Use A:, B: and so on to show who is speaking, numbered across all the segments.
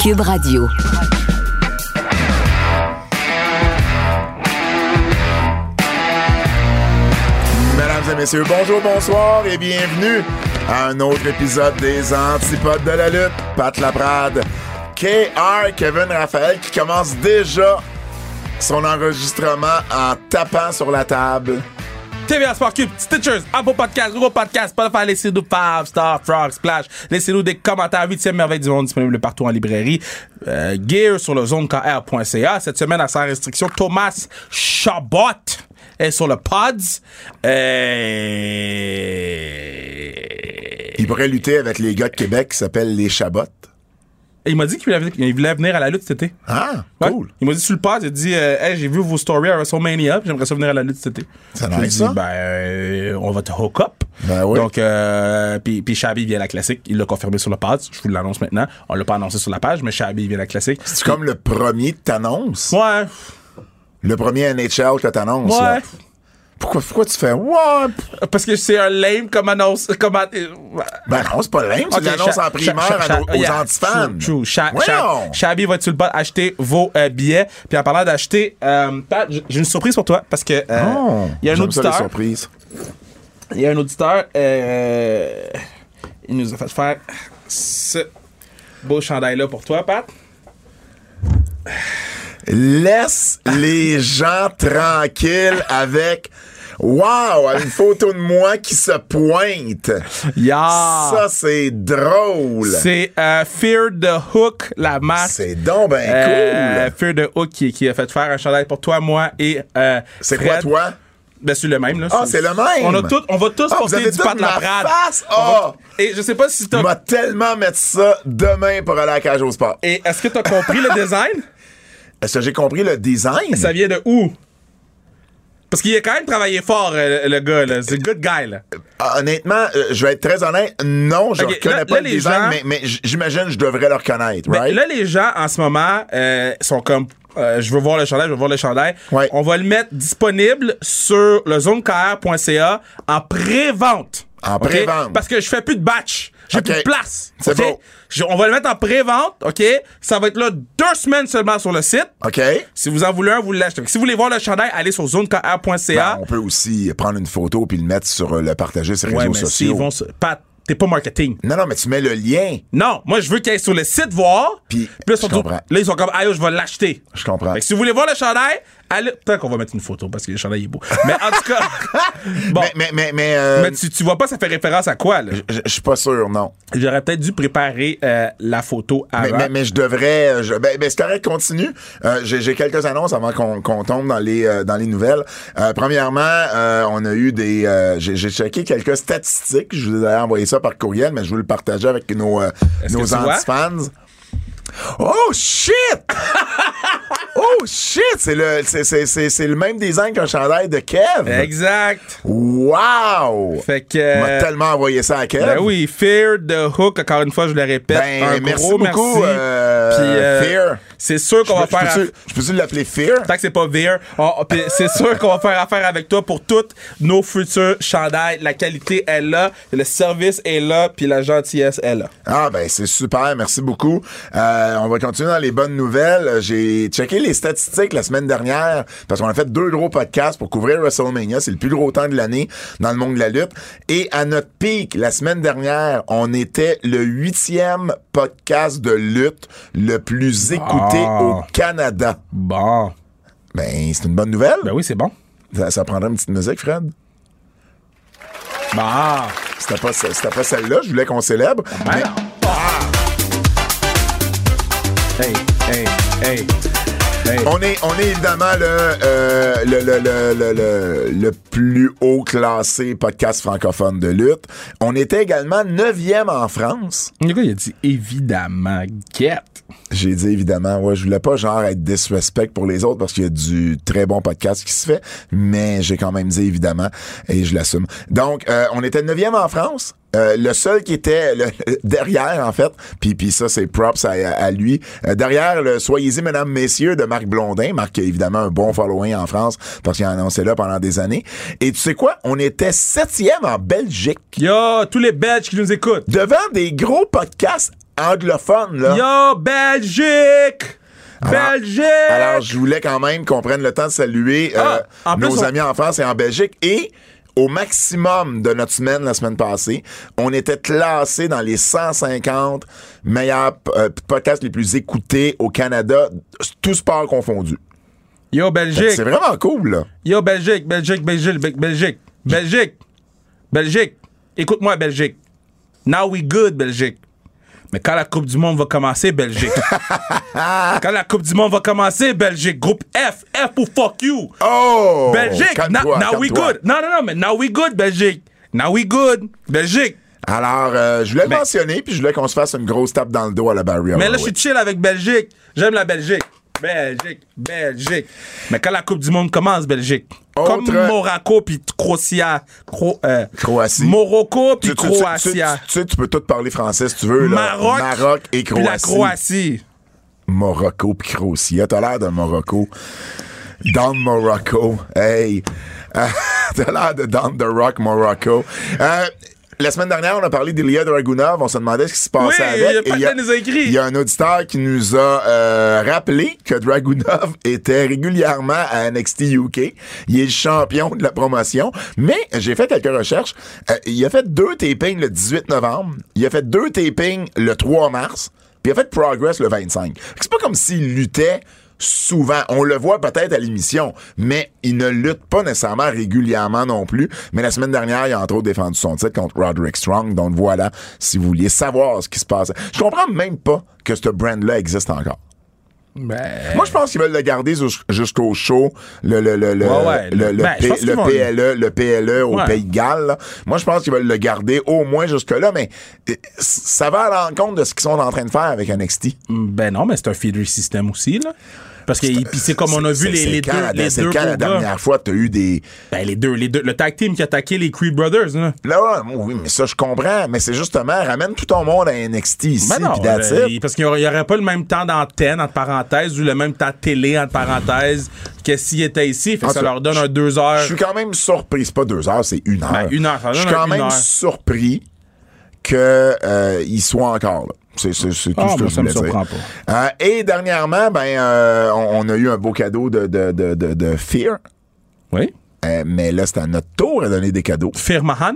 A: Cube Radio.
B: Mesdames et messieurs, bonjour, bonsoir et bienvenue à un autre épisode des Antipodes de la lutte. Pat Laprade, KR Kevin Raphaël qui commence déjà son enregistrement en tapant sur la table.
C: TVA Sport Cube, Stitchers, Apple Podcast, Google Podcast, Spotify, laissez-nous 5 Star, Frog, Splash, laissez-nous des commentaires, 8e merveille du monde disponible partout en librairie, euh, gear sur le zonekr.ca, cette semaine à sans restriction, Thomas Chabot est sur le Pods, et...
B: Il pourrait lutter avec les gars de Québec qui s'appellent les Chabottes.
C: il m'a dit qu'il voulait, il voulait venir à la lutte cet été.
B: Ah,
C: Ouais.
B: cool.
C: Il m'a dit sur le pod, il a dit euh, Hey, j'ai vu vos stories à WrestleMania, puis j'aimerais ça venir à la lutte cet été.
B: C'est
C: J'ai
B: nice,
C: dit,
B: ça.
C: Ben, euh, on va te hook up.
B: Ben oui.
C: Donc, euh, puis, puis Shabby vient à la classique. Il l'a confirmé sur le pod. Je vous l'annonce maintenant. On l'a pas annoncé sur la page, mais Shabby vient à la classique.
B: C'est comme le premier de t'annonce.
C: Ouais,
B: Le premier NHL que t'annonces. là.
C: ouais.
B: Pourquoi, pourquoi tu fais What?
C: Parce que c'est un lame comme annonce. Comme an- euh,
B: Ben non, c'est pas lame, tu
C: Ok,
B: l'annonces
C: Sha-
B: en primaire
C: Sha- Sha-
B: à nos-
C: Sha- yeah,
B: aux antifans.
C: True, true. Sha-
B: Voyons!
C: Sha- Shabby va être sur le pod. Achetez vos euh, billets. Puis en parlant d'acheter, euh, Pat, j'ai j'ai une surprise pour toi parce que euh,
B: Oh,
C: il y a un
B: j'aime ça, les
C: auditeur.
B: surprises.
C: Il y a un auditeur, euh, il nous a fait faire ce beau chandail-là pour toi, Pat.
B: Laisse les gens tranquilles avec Wow, une photo de moi qui se pointe. Ça,
C: Yeah!
B: c'est drôle.
C: Ah. C'est euh, Fear the Hook, la marque.
B: C'est donc ben
C: euh,
B: cool.
C: Fear the Hook qui, qui a fait faire un chandail pour toi, moi et euh,
B: C'est quoi,
C: Fred.
B: toi?
C: Ben, c'est le même, là.
B: Ah, c'est le même!
C: On, a tout, on va tous
B: Ah, vous
C: porter
B: avez
C: du
B: toute
C: Pat
B: ma
C: Laprade.
B: face?
C: On va-
B: Ah!
C: Et je sais pas si t'as...
B: m'a tellement mettre ça demain pour aller à la cage au sport.
C: Et est-ce que t'as compris le design?
B: Est-ce que j'ai compris le design?
C: Ça vient de où? Parce qu'il a quand même travaillé fort, euh, le gars, là. C'est le good guy, là.
B: Ah, Honnêtement, euh, je vais être très honnête. Non, je
C: Ok,
B: reconnais
C: là-
B: pas
C: là,
B: le
C: les
B: design,
C: gens-
B: mais, mais j- j'imagine que je devrais le reconnaître,
C: Ben,
B: right?
C: là, les gens, en ce moment, euh, sont comme... euh, je veux voir le chandail, je veux voir le chandail.
B: Ouais.
C: On va le mettre disponible sur le zonekr.ca en pré-vente.
B: En
C: OK?
B: pré-vente.
C: Parce que je fais plus de batch. J'ai
B: OK.
C: plus de place.
B: C'est
C: OK?
B: beau.
C: Je- on va le mettre en pré-vente, OK? Ça va être là deux semaines seulement sur le site.
B: OK?
C: Si vous en voulez un, vous l'achetez. Si vous voulez voir le chandail, allez sur zonekr.ca.
B: Ben, on peut aussi prendre une photo puis le mettre sur euh, le partager sur les
C: ouais,
B: réseaux
C: mais s'ils
B: sociaux.
C: vont sur- Pat, t'es pas marketing.
B: Non, non, mais tu mets le lien.
C: Non, moi je veux qu'ils aillent sur le site voir.
B: Puis, je
C: là, surtout-
B: comprends.
C: là, ils sont comme ah yo, je vais l'acheter.
B: Je comprends.
C: Fait que si vous voulez voir le chandail, allez. Peut-être qu'on va mettre une photo parce que le chandail est beau. Mais en tout cas, bon.
B: Mais,
C: Mais,
B: mais, mais, mais, euh,
C: tu, tu vois pas, ça fait référence à quoi là
B: je je suis pas sûr, non.
C: J'aurais peut-être dû préparer euh, la photo
B: Mais,
C: avant.
B: mais, mais je devrais. euh, Je, ben, ben, c'est correct, continue. Euh, J'ai j'ai quelques annonces avant qu'on qu'on tombe dans les, euh, dans les nouvelles. Euh, premièrement, euh, on a eu des. euh, J'ai j'ai checké quelques statistiques. Je vous ai d'ailleurs envoyé ça par courriel, mais je voulais le partager avec nos, euh,
C: Est-ce que
B: nos
C: tu vois?
B: antifans. Oh shit! oh shit! C'est le, c'est- c'est- c'est- c'est le même design qu'un chandail de Kev.
C: Exact.
B: Wow!
C: Fait que.
B: Il m'a
C: euh,
B: tellement envoyé ça à Kev.
C: Ben oui, Fear the Hook, encore une fois, je le répète.
B: Ben,
C: un
B: merci
C: gros
B: beaucoup,
C: merci.
B: euh,
C: Puis,
B: Fear.
C: C'est sûr qu'on va
B: Je peux-
C: faire.
B: je peux-tu- Je peux-tu l'appeler Fear?
C: Tant que c'est pas Veer, on- puis c'est sûr qu'on va faire affaire avec toi pour toutes nos futurs chandails. La qualité est là, le service est là, puis la gentillesse est là.
B: Ah ben c'est super, merci beaucoup. Euh, on va continuer dans les bonnes nouvelles. J'ai checké les statistiques la semaine dernière parce qu'on a fait deux gros podcasts pour couvrir WrestleMania. C'est le plus gros temps de l'année dans le monde de la lutte. Et à notre pic, la semaine dernière, on était le huitième podcast de lutte le plus écouté
C: Ah.
B: au Canada.
C: Bon.
B: Ben c'est une bonne nouvelle.
C: Ben oui, c'est bon.
B: Ça, ça prendrait une petite musique, Fred.
C: Bah.
B: C'était pas, ce- c'était pas celle-là, je voulais qu'on célèbre. Mais-
C: Ah. Hey, hey, hey.
B: On est, on est évidemment le, euh, le, le, le, le, le- le plus haut classé podcast francophone de lutte. On était également neuvième en France.
C: Le gars, il a dit évidemment, get.
B: J'ai dit évidemment, ouais, je voulais pas genre être disrespect pour les autres parce qu'il y a du très bon podcast qui se fait, mais j'ai quand même dit évidemment et je l'assume. Donc, euh, on était neuvième en France. Euh, le seul qui était le- derrière, en fait, puis puis ça, c'est props à, à lui. Euh, derrière le Soyez-y, mesdames, messieurs, de Marc Blondin. Marc qui a évidemment un bon following en France parce qu'il a annoncé là pendant des années. Et tu sais quoi? On était septième en Belgique.
C: Yo, tous les Belges qui nous écoutent.
B: Devant des gros podcasts anglophones, là.
C: Yo, Ah. Belgique!
B: Alors-
C: Belgique!
B: Alors, je voulais quand même qu'on prenne le temps de saluer euh,
C: Ah, en plus,
B: nos
C: on-
B: amis en France et en Belgique. Et au maximum de notre semaine, la semaine passée, on était classé dans les 150 meilleurs euh, podcasts les plus écoutés au Canada, tous sports confondus.
C: Yo,
B: Fait que
C: Belgique!
B: C'est vraiment cool, là.
C: Yo, Belgique, Belgique, Belgique, Be- Belgique, Belgique, Belgique. Écoute-moi, Belgique. Now we good, Belgique. Mais quand la Coupe du Monde va commencer, Belgique. quand la Coupe du Monde va commencer, Belgique. Groupe F, F pour fuck you.
B: Oh!
C: Belgique, now,
B: Calme-toi,
C: now we
B: calme-toi.
C: good. Non, non, non, mais now we good, Belgique. Now we good, Belgique.
B: Alors, euh, je voulais le mentionner, puis je voulais qu'on se fasse une grosse tape dans le dos à la barrière.
C: Mais là, je suis chill avec Belgique. J'aime la Belgique. Belgique, Belgique. Mais quand la Coupe du Monde commence, Belgique.
B: Autre-
C: Comme Morocco puis Croatia. Cro- euh,
B: Croatie.
C: Morocco puis
B: Tu, tu- tu- tu-
C: Croatia.
B: tu- tu sais, tu peux tout parler français si tu veux. Là.
C: Maroc,
B: et
C: puis la Croatie.
B: Morocco pis Croatia. T'as l'air de Morocco. Don Morocco. Hey. Euh, T'as l'air de Don The Rock Morocco. Euh, la semaine dernière, on a parlé d'Ilya Dragunov. On se demandait ce qui se passait
C: Oui,
B: avec.
C: il y a
B: Et
C: Pat nous a écrit.
B: Il y a un auditeur qui nous a euh, rappelé que Dragunov était régulièrement à NXT UK. Il est le champion de la promotion. Mais j'ai fait quelques recherches. Euh, il a fait deux tapings le 18 novembre. Il a fait deux tapings le 3 mars. Puis il a fait Progress le 25. Fait que C'est pas comme s'il luttait souvent. On le voit peut-être à l'émission, mais il ne lutte pas nécessairement régulièrement non plus. Mais la semaine dernière, il a entre autres défendu son titre contre Roderick Strong. Donc voilà, si vous vouliez savoir ce qui se passe. Je comprends même pas que ce brand-là existe encore.
C: Ben,
B: Moi, je pense qu'ils veulent le garder jus- jusqu'au show, le, le, le, le,
C: Ouais, ouais.
B: le, le
C: Ben, je
B: P-
C: pense qu'ils
B: le
C: vont-
B: PLE, le PLE au
C: Ouais.
B: Pays de Galles. là. Moi, je pense qu'ils veulent le garder au moins jusque-là, mais euh, c- ça va à l'encontre de ce qu'ils sont en train de faire avec NXT.
C: ben non, mais c'est un feeder system aussi, là. Parce que puis c'est comme on a vu
B: C'est-
C: les,
B: c'est
C: les
B: quand
C: deux,
B: la-
C: les
B: C'est
C: deux
B: quand la
C: gros gars.
B: dernière fois tu as eu des...
C: Ben les deux, les deux. Le tag team qui a attaqué les Creed Brothers, là.
B: Là, là, oui, mais ça, je comprends. Mais c'est justement, ramène tout ton monde à NXT ici,
C: Ben non,
B: puis that's
C: euh,
B: it.
C: il- parce qu'il n'y aurait, il y aurait pas le même temps d'antenne, entre parenthèses, ou le même temps de télé, entre parenthèses, que s'il était ici. Fait
B: En
C: que ça
B: tout cas,
C: leur donne un deux heures.
B: Je suis quand même surpris. C'est pas deux heures, c'est une heure.
C: Ben, une heure, ça
B: Je suis
C: donne
B: quand
C: une
B: même
C: heure.
B: surpris qu'il euh, il soit encore là. C'est c'est- c'est tout
C: Ah,
B: ce que
C: moi,
B: je
C: ça me
B: voulais dire.
C: surprend
B: Euh, et dernièrement, ben, euh, on, on a eu un beau cadeau de, de, de, de, de Fear.
C: Oui.
B: Euh, mais là, c'est à notre tour à donner des cadeaux.
C: Firmahan.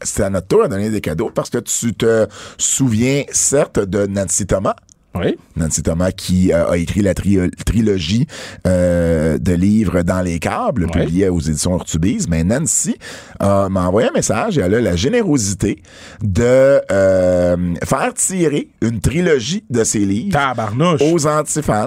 B: C'est à notre tour à donner des cadeaux parce que tu te souviens, certes, de Nancy Thomas.
C: Oui.
B: Nancy Thomas qui euh, a écrit la tri- trilogie euh, de livres dans les câbles,
C: Ouais.
B: publiée aux éditions Urtubise. Mais Nancy euh, m'a envoyé un message et elle a la générosité de euh, faire tirer une trilogie de ses livres
C: Tabarnouche.
B: aux antifans.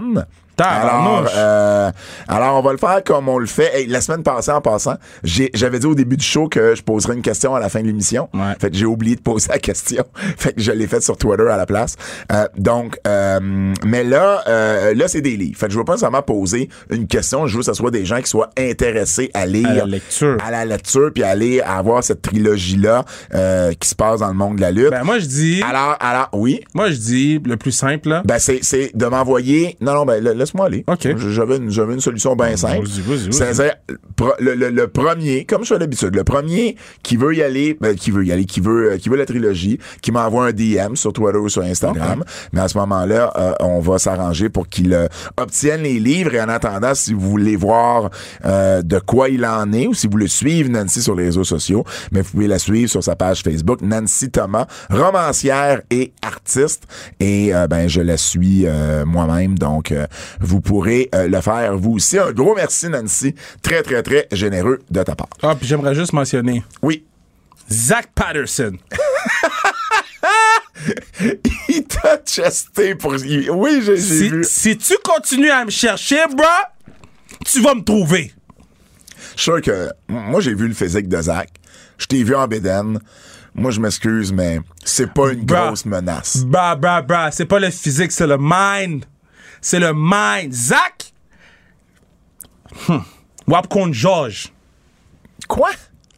B: Alors,
C: Tabarnouche.
B: euh, alors, on va le faire comme on le fait. Hey, la semaine passée, en passant, j'ai- j'avais dit au début du show que je poserais une question à la fin de l'émission.
C: Ouais.
B: Fait que j'ai oublié de poser la question. Fait que je l'ai faite sur Twitter à la place. Euh, donc, euh, mais là, euh, là, c'est des livres. Fait que je veux pas nécessairement poser une question. Je veux que ce soit des gens qui soient intéressés à lire.
C: À la lecture.
B: À la lecture, puis aller avoir cette trilogie-là euh, qui se passe dans le monde de la lutte.
C: Ben moi je dis.
B: alors, alors, oui.
C: Moi je dis le plus simple là.
B: Ben, c'est, c'est de m'envoyer. Non, non, ben, la- laisse-moi aller.
C: OK.
B: J- J'avais une, j'avais une solution bien simple.
C: vas-y, vas-y, vas-y.
B: C'est-à-dire, pro- le, le- le premier, comme je fais d'habitude, le premier qui veut y aller, ben, qui veut y aller, qui veut, euh, qui veut la trilogie, qui m'envoie un DM sur Twitter ou sur Instagram. Mais à ce moment-là, euh, on va s'arranger pour qu'il euh, obtienne les livres. Et en attendant, si vous voulez voir euh, de quoi il en est ou si vous voulez suivre Nancy sur les réseaux sociaux, mais vous pouvez la suivre sur sa page Facebook, Nancy Thomas, romancière et artiste. Et euh, ben, je la suis euh, moi-même, donc euh, vous pourrez euh, le faire vous aussi. Un gros merci, Nancy. Très, très, très généreux de ta part.
C: Ah puis j'aimerais juste mentionner
B: Oui.
C: Zach Patterson.
B: Il t'a chesté pour. il- Oui, j'ai j'ai
C: Si,
B: vu.
C: si tu continues à me chercher, bro, tu vas me trouver.
B: Je suis sûr que. Moi, j'ai vu le physique de Zach. Je t'ai vu en bédaine. Moi, je m'excuse, mais c'est pas une
C: Bruh.
B: grosse menace.
C: Bra, bra, bra. Bah, C'est pas le physique, c'est le mind. C'est le mind. Zach! Hmm. Wap contre George.
B: Quoi?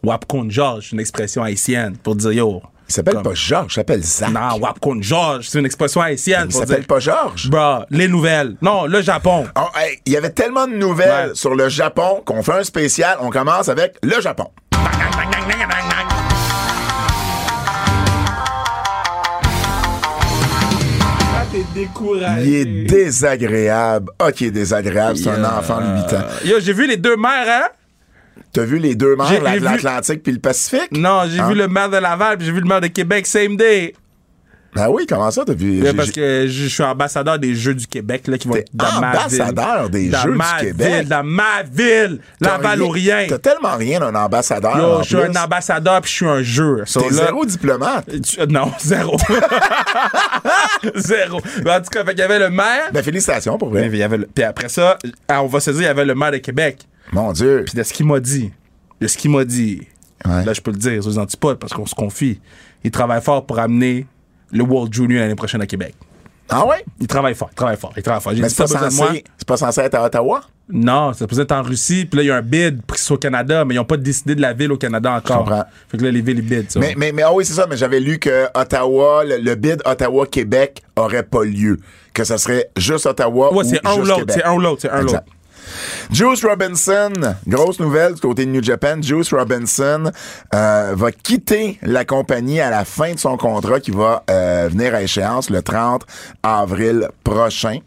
C: Wap contre George, une expression haïtienne pour dire yo,
B: Il s'appelle
C: Comme- Ah,
B: pas Georges, il s'appelle Zach.
C: Non, Wapkon George, c'est une expression haïtienne.
B: il
C: pour
B: s'appelle
C: dire-
B: pas Georges.
C: Bruh, les nouvelles. Non, le Japon.
B: Oh, hey, Il y avait tellement de nouvelles
C: Ouais.
B: sur le Japon qu'on fait un spécial. On commence avec le Japon.
C: Ah, t'es découragé.
B: Il est désagréable. Ah, qui est désagréable. C'est un enfant de 8 ans.
C: Yo, j'ai vu les deux mères, hein?
B: T'as vu les deux
C: J'ai-
B: mers, la-
C: j'ai vu-
B: l'Atlantique puis le Pacifique?
C: Non, j'ai
B: Hein?
C: vu le maire de Laval, puis j'ai vu le maire de Québec, same day.
B: Ah oui, comment ça? T'as vu?
C: Ouais,
B: j'ai-
C: parce
B: j'ai-
C: que je je suis ambassadeur des Jeux du Québec, là, qui vont
B: T'es
C: être dans ma ville.
B: ambassadeur des
C: Dans
B: Jeux du
C: ma
B: Québec?
C: ville, dans ma ville,
B: t'as
C: Laval ou
B: rien-
C: rien.
B: T'as tellement rien d'un ambassadeur.
C: Yo,
B: en
C: je suis
B: plus.
C: un ambassadeur, puis je suis un jeu. So,
B: T'es
C: là-
B: zéro diplomate.
C: Tu- euh, Non, zéro. zéro. Mais en tout cas, fait qu'il y avait le maire.
B: Ben, félicitations pour vrai.
C: Il y avait le- Puis après ça, ah, on va se dire, il y avait le maire de Québec.
B: Mon Dieu.
C: Puis de ce qu'il m'a dit, de ce qu'il m'a dit,
B: Ouais.
C: là, je peux le dire, c'est aux antipodes, parce qu'on se confie. Il travaille fort pour amener le World Junior l'année prochaine à Québec.
B: Ah ouais?
C: Il travaille fort, il travaille fort, il travaille fort. J'ai
B: Mais
C: dit,
B: c'est
C: ça
B: pas,
C: besoin de moi.
B: censé, c'est pas censé être à Ottawa?
C: Non, ça peut être en Russie, puis là, il y a un bid pour qu'il soit au Canada, mais ils n'ont pas décidé de la ville au Canada encore.
B: comprends.
C: Fait que là, les villes, ils bident. ça.
B: Mais, mais, mais ah oui, c'est ça, mais j'avais lu que Ottawa, le, le bid Ottawa-Québec aurait pas lieu. Que ça serait juste Ottawa
C: Ouais,
B: ou
C: c'est un ou
B: juste
C: l'autre,
B: Québec.
C: c'est un ou l'autre, c'est un ou l'autre.
B: Exact. Juice Robinson, grosse nouvelle du côté de New Japan. Juice Robinson euh, va quitter la compagnie à la fin de son contrat qui va euh, venir à échéance le 30 avril prochain.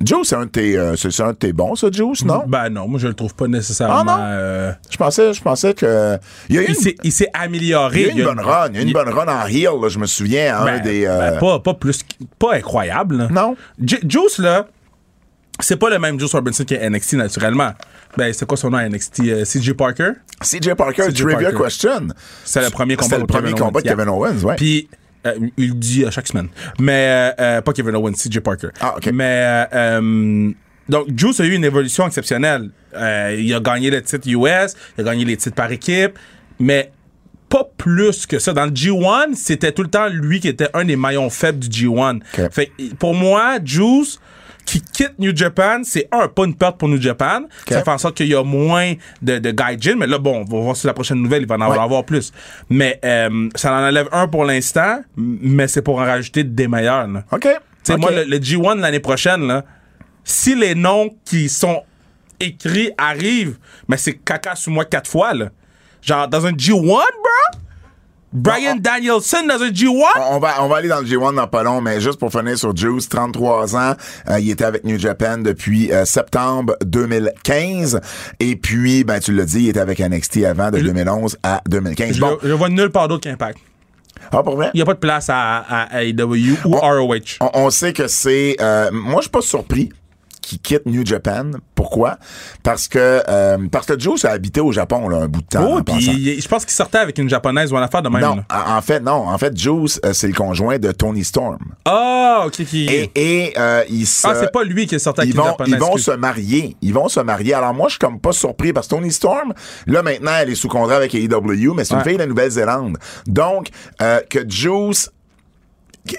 B: Juice, c'est un de tes, euh, c'est c'est un de tes bons, ça, Juice, non?
C: Ben non, moi, je le trouve pas nécessairement.
B: Ah non?
C: euh,
B: Je pensais, je pensais que. Il y a eu
C: il
B: une,
C: s'est- il s'est amélioré.
B: il y a eu une bonne run. Il y a eu une bonne run en heel, là, je me souviens, à un
C: Ben,
B: des. euh,
C: ben, pas, pas plus. Pas incroyable. là.
B: Non.
C: Ju- Juice, là, c'est pas le même Juice Robinson qui est NXT, naturellement. Ben, c'est quoi son nom à NXT? Euh, CJ Parker?
B: CJ Parker,
C: CJ
B: trivia
C: Parker.
B: question.
C: C'est le premier combat
B: C'était le
C: contre
B: premier
C: Kevin
B: combat de
C: Owens,
B: Kevin Owens, ouais.
C: Puis, euh, il le dit à chaque semaine. Mais, euh, euh, pas Kevin Owens, CJ Parker.
B: Ah, ok.
C: Mais, euh, euh, donc, Juice a eu une évolution exceptionnelle. Euh, il a gagné le titre US, il a gagné les titres par équipe, mais pas plus que ça. Dans le G1, c'était tout le temps lui qui était un des maillons faibles du G1.
B: Ok.
C: Fait que, pour moi, Juice qui quitte New Japan, c'est un, pas une perte pour New Japan. Ça fait en sorte qu'il y a moins de, de gaijin, mais là, bon, on va voir si la prochaine nouvelle, il va en avoir,
B: Ouais.
C: avoir plus. Mais euh, ça en enlève un pour l'instant, m- mais c'est pour en rajouter des meilleurs. là.
B: OK.
C: Tu sais,
B: OK.
C: moi, le, le G1 l'année prochaine, là, si les noms qui sont écrits arrivent, mais c'est caca sur moi quatre fois, là. Genre, dans un G1, bro? Brian Danielson dans un G1?
B: On va, on va aller dans le G1 dans pas long, mais juste pour finir sur Juice, 33 ans, euh, il était avec New Japan depuis euh, septembre 2015. Et puis, ben, tu l'as dit, il était avec NXT avant de 2011 à 2015.
C: Je,
B: Bon,
C: le- je le vois nulle part d'autre qu'Impact.
B: ah, pour vrai?
C: Il n'y a pas de place à, à AEW ou ROH.
B: On, on sait que c'est. euh, moi, je suis pas surpris qu'il quitte New Japan. Pourquoi? Parce que euh, parce que Juice a habité au Japon là, un bout de temps.
C: Oh,
B: en
C: puis
B: passant.
C: il- je pense qu'il sortait avec une japonaise ou un affaire de même.
B: Non,
C: là.
B: en en fait, non. En fait, Juice, euh, c'est le conjoint de Tony Storm.
C: Ah, ok. ok.
B: Et, et euh, ils se-
C: ah, c'est pas lui qui est sorti avec
B: ils
C: une
B: vont,
C: japonaise.
B: ils vont
C: excuse.
B: se marier. Ils vont se marier. Alors moi, je suis comme pas surpris parce que Tony Storm, là maintenant, elle est sous contrat avec AEW, mais c'est
C: Ouais.
B: une fille de la Nouvelle-Zélande. Donc, euh, que Juice... qui-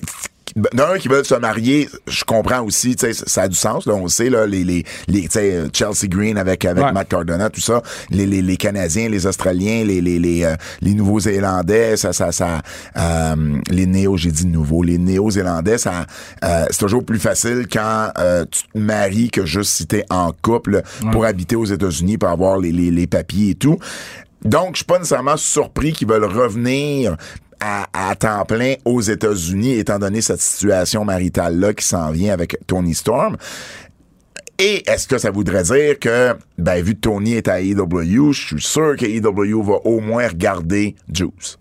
B: D'un, qui veulent se marier, je comprends aussi, tu sais, ça- ça a du sens, là, on le sait, là, les, les, les tu sais, euh, Chelsea Green avec, avec
C: Ouais.
B: Matt Cardona, tout ça, les, les, les Canadiens, les Australiens, les, les, les, euh, les Nouveaux-Zélandais, ça, ça, ça, euh, les Néo, j'ai dit nouveau, les Néo-Zélandais, ça, euh, c'est toujours plus facile quand euh, tu te maries que juste si t'es en couple pour habiter aux États-Unis, pour avoir les, les, les papiers et tout. Donc, je suis pas nécessairement surpris qu'ils veulent revenir à, à temps plein aux États-Unis, étant donné cette situation maritale-là qui s'en vient avec Tony Storm. Et est-ce que ça voudrait dire que, ben, vu que Tony est à AEW, je suis sûr que AEW va au moins regarder Juice.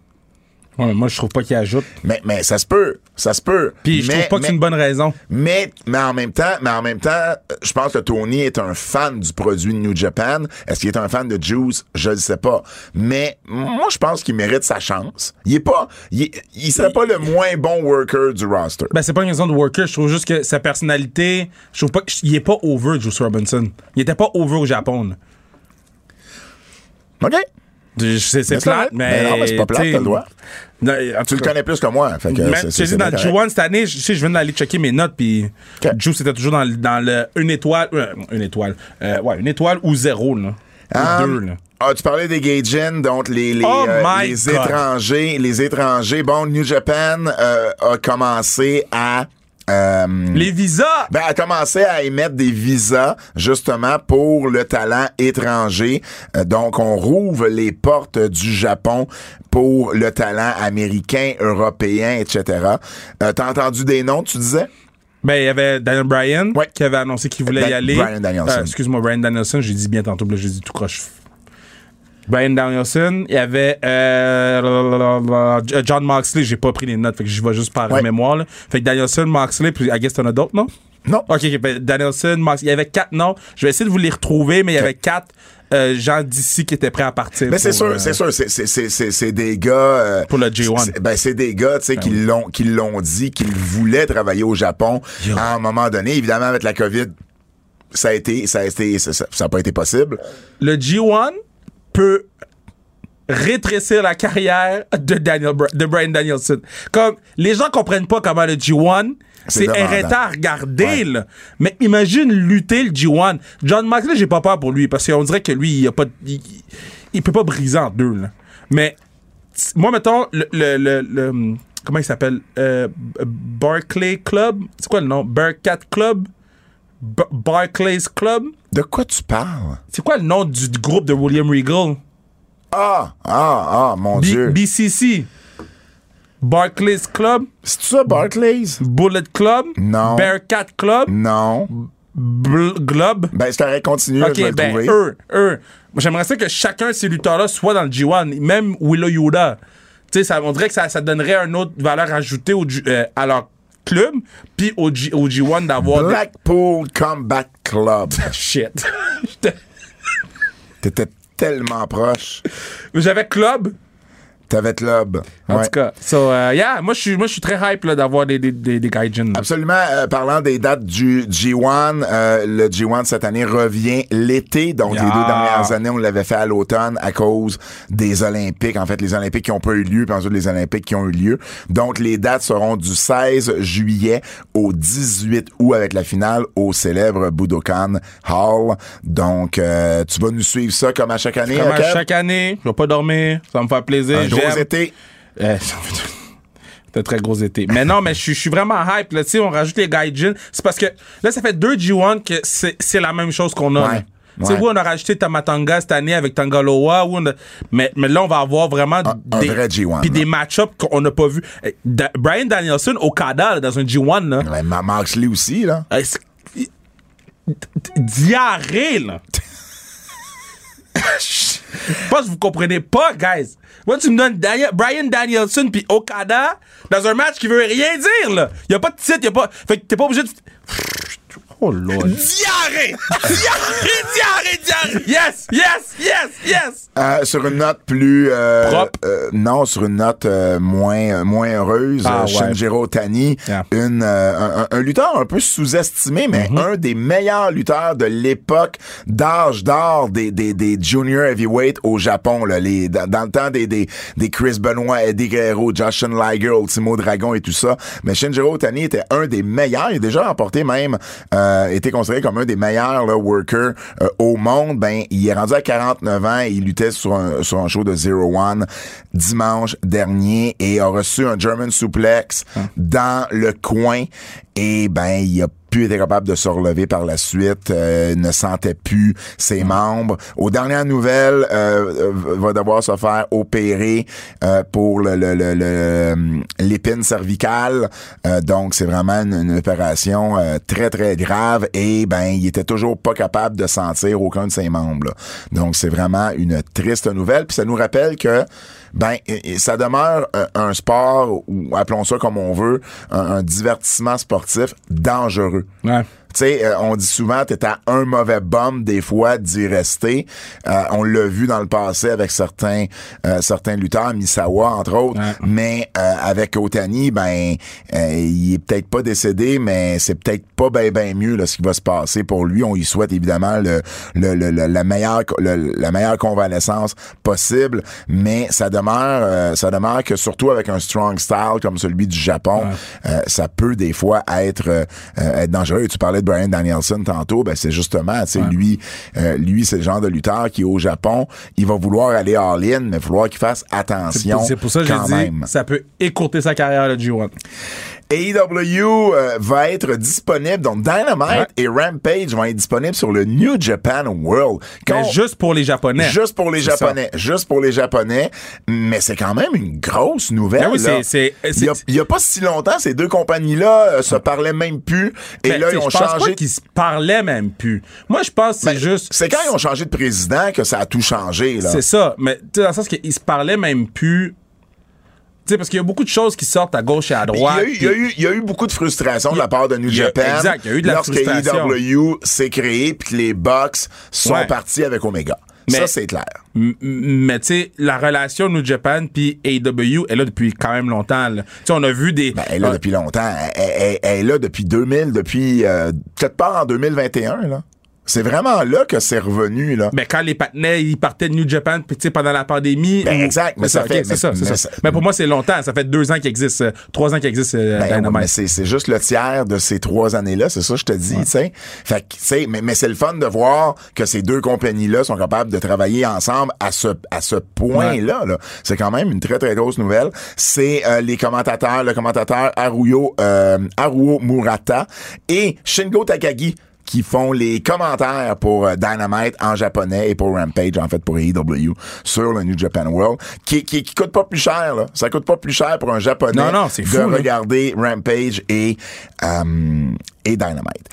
C: Ouais, mais moi, je trouve pas qu'il ajoute.
B: Mais, mais ça se peut, ça se peut.
C: Puis je
B: mais,
C: trouve pas que
B: mais-
C: c'est une bonne raison.
B: mais, mais en même temps, mais en même temps, euh, je pense que Tony est un fan du produit de New Japan. Est-ce qu'il est un fan de Juice? Je ne sais pas. Mais moi, je pense qu'il mérite sa chance. Il est pas, il, est- il serait pas le moins bon worker du roster.
C: Ben, c'est pas une raison de worker. Je trouve juste que sa personnalité, je trouve pas qu'il est pas over, Juice Robinson. Il était pas over au Japon. là. Ben,
B: OK?
C: Je- C'est c'est
B: Mais c'est
C: plate,
B: correct.
C: mais.
B: Mais non, mais c'est pas plate,
C: t'sais,
B: t'as le droit.
C: Non, en tout
B: Tu le
C: cas,
B: connais plus que moi. Fait que
C: même,
B: c'est-
C: je
B: c'est-
C: te ben, dis,
B: c'est bien
C: dans
B: correct.
C: G1 cette année, je, je sais, je viens d'aller checker mes notes, puis
B: Ok.
C: Juice était toujours dans, le- dans le une étoile, euh, une étoile, euh, ouais, une étoile ou zéro, là. Ou
B: Um,
C: deux, là.
B: Ah, tu parlais des Gaijin, donc les, les,
C: Oh
B: euh,
C: my
B: les
C: God.
B: étrangers. Les étrangers. Bon, New Japan euh, a commencé à. euh,
C: Les visas!
B: ben, a commencé à émettre des visas justement pour le talent étranger. Euh, donc, on rouvre les portes du Japon pour le talent américain, européen, etc. Euh, T'as entendu des noms, tu disais?
C: Ben, il y avait Daniel Bryan
B: Ouais.
C: qui avait annoncé qu'il voulait
B: Dan-
C: y aller.
B: Bryan Danielson.
C: Euh, Excuse-moi, Brian Danielson, j'ai dit bien tantôt, puis là, j'ai dit tout croche. Brian Danielson, il y avait euh, lalalala, J- euh, John Moxley, j'ai pas pris les notes, fait que j'y vais juste par
B: Ouais.
C: mémoire. là. Fait que Danielson, Moxley, puis I guess t'en as d'autres, non?
B: Non.
C: Ok, ok, ben, Danielson, Moxley, il y avait quatre noms. Je vais essayer de vous les retrouver, mais il y avait quatre euh, gens d'ici qui étaient prêts à partir.
B: Mais c'est
C: pour,
B: sûr,
C: euh,
B: c'est sûr, c'est- c'est- c'est c'est- c'est des gars. euh,
C: Pour le G1.
B: c'est- Ben, c'est des gars, tu sais, qui l'ont qui l'ont dit, qu'ils voulaient travailler au Japon
C: Yo.
B: à un moment donné. Évidemment, avec la COVID, ça a été, ça a été, ça, ça- ça a pas été possible.
C: le G1 peut rétrécir la carrière de Daniel Bra- de Brian Danielson. Comme les gens comprennent pas comment le G1
B: C'est
C: c'est
B: demandant.
C: arrêtant à regarder
B: Ouais.
C: là. Mais imagine lutter le G1. John Moxley, j'ai pas peur pour lui parce qu'on dirait que lui il a pas il, il peut pas briser en deux là. Mais t- moi mettons le, le, le- le- comment il s'appelle Euh, Barclay Club, c'est quoi le nom Barcat Club Bar- Barclays Club
B: De quoi tu parles?
C: c'est quoi le nom du du groupe de William Regal?
B: Ah, ah, ah, mon
C: B-
B: Dieu.
C: BCC. Barclays Club,
B: C'est ça, Barclays?
C: Bullet Club,
B: Non.
C: Bearcat Club,
B: Non.
C: Bl- Globe.
B: Ben, je t'aurais continué, je vais
C: Ok,
B: le
C: ben,
B: trouver.
C: eux, eux. Moi, J'aimerais ça que chacun de ces lutteurs-là soit dans le G1, même Willow Yoda. Tu sais, ça- on dirait que ça, ça donnerait une autre valeur ajoutée au, G- euh, à leur club, puis au, G- au G1 d'avoir. des-
B: Blackpool Combat Club.
C: Shit. J'étais-
B: T'étais tellement proche.
C: J'avais Club,
B: T'avais Club.
C: En
B: Ouais.
C: tout cas, so, euh, yeah, moi je suis moi, je suis très hype là, d'avoir des, des, des, des gaijins. là.
B: Absolument. Euh, parlant des dates du G1, euh, le G1 cette année revient l'été. Donc, les
C: Yeah.
B: deux dernières années, on l'avait fait à l'automne à cause des Olympiques. En fait, les Olympiques qui n'ont pas eu lieu, puis ensuite les Olympiques qui ont eu lieu. Donc, les dates seront du 16 juillet au 18 août avec la finale au célèbre Budokan Hall. Donc, euh, tu vas nous suivre ça comme à chaque année.
C: Comme à
B: Kev?
C: chaque année, je vais pas dormir, ça va me faire plaisir.
B: Un gros
C: j'aime.
B: été.
C: Eh, ça me fait- C'est un très gros été. Mais non, mais je suis- je suis vraiment hype. Là, tu sais, on rajoute les gaijins. C'est parce que là, ça fait deux G1 que c'est c'est la même chose qu'on a.
B: Ouais,
C: là. Tu sais,
B: ouais.
C: oui, on a rajouté Tamatanga cette année avec Tangaloa. oui, on a- mais, mais là, on va avoir vraiment
B: un vrai G1,
C: Puis
B: là.
C: des match-ups qu'on n'a pas vu. Eh, Da- Brian Danielson, Okada, là, dans un G1, là.
B: Ouais, Ma Max Lee aussi, là.
C: Euh, c'est- di- di- Diarrhée, là. Je pense que vous comprenez pas, guys. Moi, tu me donnes Daniel- Brian Danielson puis Okada dans un match qui veut rien dire, là. Y a pas de titre, y a pas. Fait que t'es pas obligé de. Oh, Lord. Diarrhée! Diarrhée, diarrhée, diarrhée! Yes, yes, yes, yes!
B: Euh, sur une note plus euh,
C: Propre.
B: euh, non, sur une note euh, moins euh, moins heureuse,
C: Ah,
B: euh,
C: ouais.
B: Shinjiro Tani,
C: Yeah. Mm-hmm.
B: une euh, un, un- un lutteur un peu sous-estimé, mais un des meilleurs lutteurs de l'époque d'âge d'or des, des des junior heavyweight au Japon, là, les dans, dans le temps des des des Chris Benoit, Eddie Guerrero, Justin Liger, Ultimo Dragon et tout ça. Mais Shinjiro Tani était un des meilleurs. Il a déjà remporté même euh, était considéré comme un des meilleurs là, workers euh, au monde. Ben il est rendu à 49 ans et il luttait sur un, sur un show de Zero One dimanche dernier et a reçu un German suplex dans le coin et ben il a plus été capable de se relever par la suite, euh, ne sentait plus ses membres. Aux dernières nouvelles, euh, euh, va devoir se faire opérer euh, pour le, le- le- le- l'épine cervicale. Euh, donc c'est vraiment une, une opération euh, très très grave et ben il était toujours pas capable de sentir aucun de ses membres. là. Donc c'est vraiment une triste nouvelle puis ça nous rappelle que ben et- et ça demeure euh, un sport ou appelons ça comme on veut un, un divertissement sportif dangereux.
C: Ouais.
B: Tu sais, euh, on dit souvent, t'es à un mauvais bum des fois d'y rester. Euh, on l'a vu dans le passé avec certains euh, certains lutteurs, Misawa entre autres.
C: Ouais.
B: Mais euh, avec Otani, ben euh, il est peut-être pas décédé, mais c'est peut-être pas ben ben mieux là, ce qui va se passer pour lui. On lui souhaite évidemment le, le- le- le- la meilleure co- le- la meilleure convalescence possible, mais ça demeure euh, ça demeure que surtout avec un strong style comme celui du Japon, euh, ça peut des fois être euh, euh, être dangereux. Et tu parlais de Brian Danielson tantôt, ben c'est justement, tu sais, lui, euh, lui c'est le genre de lutteur qui au Japon, il va vouloir aller all-in, mais il va falloir qu'il fasse attention
C: C'est pour ça que j'ai
B: quand
C: dit,
B: même.
C: ça peut écourter sa carrière, le G1.
B: AEW euh, va être disponible, donc Dynamite et Rampage vont être disponibles sur le New Japan World. Quand
C: Mais juste pour les Japonais.
B: Juste pour les
C: C'est ça.
B: Japonais. Juste pour les Japonais. Mais c'est quand même une grosse nouvelle.
C: Ben oui,
B: là.
C: c'est- c'est- c'est-
B: il, y a, il y a pas si longtemps, ces deux compagnies-là euh, se parlaient même plus. Et
C: Mais,
B: là,
C: Ben, tu
B: ils
C: sais,
B: ont
C: je pense pas
B: changé. Ben,
C: qu'ils se parlaient même plus. Moi, je pense que c'est juste.
B: C'est quand ils ont changé de président que ça a tout changé. Là.
C: C'est ça, mais tu sais, dans le sens qu'ils se parlaient même plus. Tu sais, parce qu'il y a beaucoup de choses qui sortent à gauche et à
B: Ben, Il y,
C: droite.
B: a eu, il, y a eu, il y a eu beaucoup de frustration de la part de New
C: il y a-
B: Japan.
C: exact, il y a eu de la
B: lorsque
C: frustration.
B: AEW s'est créé puis que les Bucks sont
C: Ouais.
B: partis avec Omega.
C: Mais-
B: ça, c'est clair.
C: M- m- Mais tu sais, la relation New Japan puis AEW est là depuis quand même longtemps. là. Tu sais, on a vu des.
B: Ben, elle est là
C: euh,
B: depuis longtemps. Elle, elle- elle est là depuis 2000, depuis euh, peut-être pas en 2021. Là. C'est vraiment là que c'est revenu. Là.
C: ben, quand les patinets, ils partaient de New Japan puis tu sais, pendant la pandémie.
B: Ben,
C: ou-
B: exact, mais
C: c'est
B: ça fait-
C: ok, c'est ça,
B: mais-
C: c'est
B: mais
C: ça.
B: ça-
C: Mais pour moi, c'est longtemps. Ça fait deux ans qu'il existe, euh, trois ans qu'il existe euh,
B: Ben, ouais, mais
C: Dynamite.
B: c'est, c'est juste le tiers de ces trois années-là, c'est ça que je te dis, tu sais. Fait que, tu sais, mais, mais c'est le fun de voir que ces deux compagnies-là sont capables de travailler ensemble à ce, à ce point-là, là. C'est quand même une très, très grosse nouvelle. C'est euh, les commentateurs, le commentateur Haruyo, euh, Haruo Murata et Shingo Takagi qui font les commentaires pour euh, Dynamite en japonais et pour Rampage, en fait, pour AEW sur le New Japan World, qui, qui, qui coûte pas plus cher, là. Ça coûte pas plus cher pour un japonais
C: Non, non, c'est fou,
B: de
C: là.
B: regarder Rampage et, euh, et Dynamite.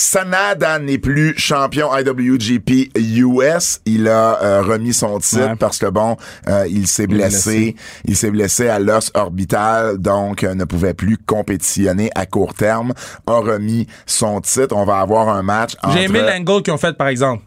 B: Sanada n'est plus champion IWGP US. Il a euh, remis son titre
C: Ouais.
B: parce que bon, euh, il s'est blessé. Il s'est blessé à l'os orbital, donc euh, ne pouvait plus compétitionner à court terme. A remis son titre. On va avoir un match entre
C: J'ai aimé l'angle qu'ils ont fait, par exemple.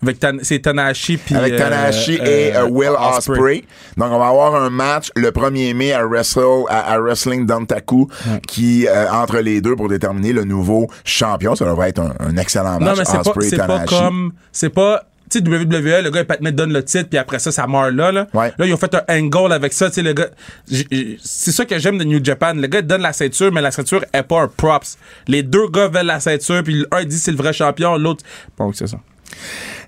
C: Avec Tan- c'est Tanahashi puis
B: avec
C: euh,
B: Tanahashi
C: euh,
B: et euh, Will
C: Ospreay.
B: Ospreay. Donc, on va avoir un match le 1er mai à, Wrestle, à, à Wrestling Dantaku qui, euh, entre les deux, pour déterminer le nouveau champion. Ça devrait être un, un excellent
C: Non,
B: match.
C: mais c'est pas,
B: Ospreay
C: c'est pas
B: Tanahashi.
C: comme. C'est pas. Tu sais, WWE, le gars, il patinait, donne le titre, puis après ça, ça meurt là. Là,
B: Ouais.
C: là ils ont fait un angle avec ça. Tu sais, le gars. j- j- C'est ça que j'aime de New Japan. Le gars, il donne la ceinture, mais la ceinture est pas un props. Les deux gars veulent la ceinture, puis un dit c'est le vrai champion, l'autre. Bon, c'est ça.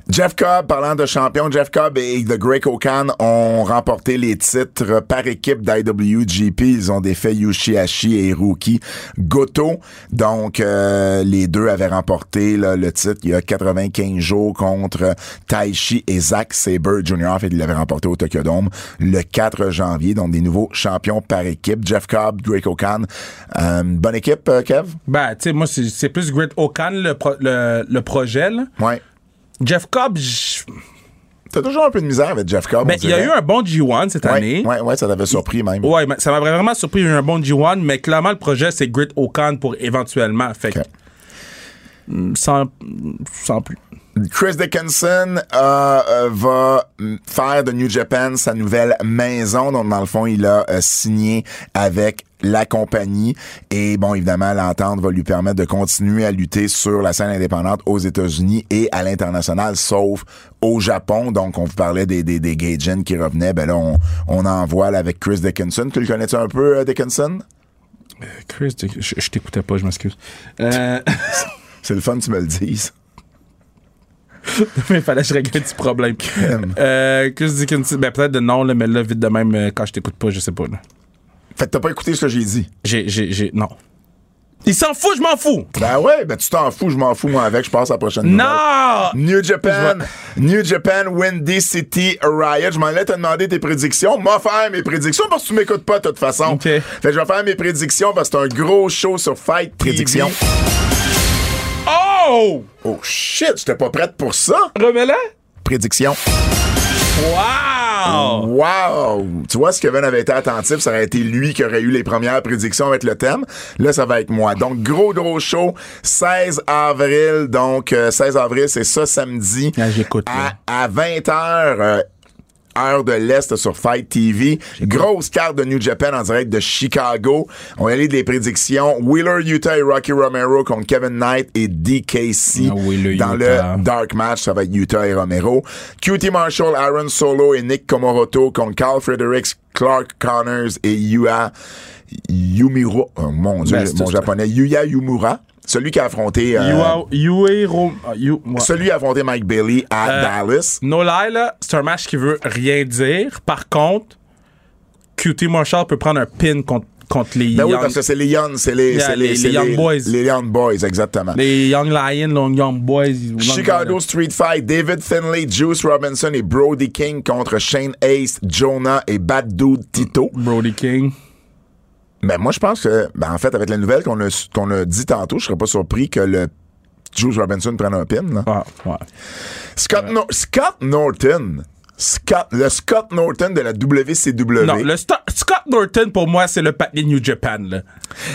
B: Jeff Cobb, parlant de champion, Jeff Cobb et The Great Okan ont remporté les titres par équipe d'IWGP. Ils ont défait Yoshihashi et Hiroki Goto. Donc, euh, les deux avaient remporté là, le titre il y a 95 jours contre Taishi et Zack Sabre Jr. En fait, ils l'avaient remporté au Tokyo Dome le 4 janvier. Donc, des nouveaux champions par équipe. Jeff Cobb, Great Okan. Euh, bonne équipe, euh, Kev?
C: Ben, tu sais, moi, c'est c'est plus Great Okan, le, pro- le, le projet, là.
B: Ouais.
C: Jeff Cobb, j-
B: T'as toujours un peu de misère avec Jeff Cobb.
C: ben,
B: on
C: il y a
B: dirait.
C: eu un bon G1 cette année.
B: Ouais, ouais, ouais, ça t'avait surpris même.
C: Ouais, mais ça m'a vraiment surpris. Il y a eu un bon G1, mais clairement, le projet, c'est Great Okan pour éventuellement. Fait que-
B: Ok.
C: Mm, Sans, sans plus.
B: Chris Dickinson euh, euh, va mm, faire de New Japan sa nouvelle maison. Donc, dans le fond, il a euh, signé avec la compagnie. Et bon, évidemment, l'entente va lui permettre de continuer à lutter sur la scène indépendante aux États-Unis et à l'international, sauf au Japon. Donc, on vous parlait des, des, des Gaijin qui revenaient. Ben là, on, on en voit là, avec Chris Dickinson. Tu le connais-tu un peu, euh, Dickinson?
C: Chris, je, t'écoutais pas, je m'excuse. Euh,
B: C'est le fun que tu me le dises.
C: mais il fallait que je règle un petit problème. Euh, Chris Dickinson, ben peut-être de non, là, mais là, vite de même, euh, quand je t'écoute pas, je sais pas. là.
B: Fait que t'as pas écouté ce que j'ai dit.
C: J'ai, j'ai, j'ai, non. Il s'en fout, je m'en fous!
B: Ben ouais, ben tu t'en fous, je m'en fous moi avec, je passe à la prochaine nouvelle.
C: Non!
B: New Japan,
C: Je
B: New Japan, Windy City, Riot. Je m'en allais te demander tes prédictions. Moi, faire mes prédictions parce que tu m'écoutes pas de toute façon.
C: Ok.
B: Fait que je vais faire mes prédictions parce que c'est un gros show sur Fight TV.
C: Prédictions. Oh!
B: Oh shit, j'étais pas prête pour ça.
C: Remets-la?
B: Prédiction.
C: Wow!
B: Wow! Tu vois, si Kevin avait été attentif, ça aurait été lui qui aurait eu les premières prédictions avec le thème. Là, ça va être moi. Donc, gros, gros show, 16 avril. Donc, euh, 16 avril, c'est ça samedi.
C: Ah, j'écoute, là.
B: À, euh, à 20h. Heure de l'Est sur Fight TV. Grosse carte de New Japan en direct de Chicago. On va aller des prédictions. Wheeler Utah et Rocky Romero contre Kevin Knight et DKC
C: Ah, Wheeler
B: dans
C: Utah.
B: le Dark Match, ça va être Utah et Romero. QT Marshall, Aaron Solo et Nick Komoroto contre Carl Fredericks, Clark Connors et Yua Yumiro, oh, mon Dieu,
C: Ben, c'est
B: mon
C: tout.
B: japonais, Yuya Yumura, celui qui a affronté, euh,
C: Yua- Yue Rom- ah, Yu- moi.
B: celui qui a affronté Mike Bailey à
C: Euh,
B: Dallas.
C: No lie, là, c'est un match qui veut rien dire. Par contre, QT Marshall peut prendre un pin contre, contre les,
B: Ben oui,
C: young,
B: parce que c'est les Young, c'est les,
C: Yeah,
B: c'est les,
C: les-
B: c'est
C: les Young Boys.
B: Les Young Boys, exactement.
C: les Young Lions, long Young Boys. long
B: Chicago
C: Lions.
B: Street Fight, David Finlay, Juice Robinson et Brody King contre Shane Ace, Jonah et Bad Dude Tito.
C: Brody King.
B: Mais moi, je pense que, ben, en fait, avec la nouvelle qu'on a, qu'on a dit tantôt, je serais pas surpris que le Juice Robinson prenne un pin. là.
C: Ah, ouais.
B: Scott, Nor- Scott Norton. Scott, le Scott Norton de la WCW.
C: Non, le Sto- Scott Norton, pour moi, c'est le patin New Japan. là.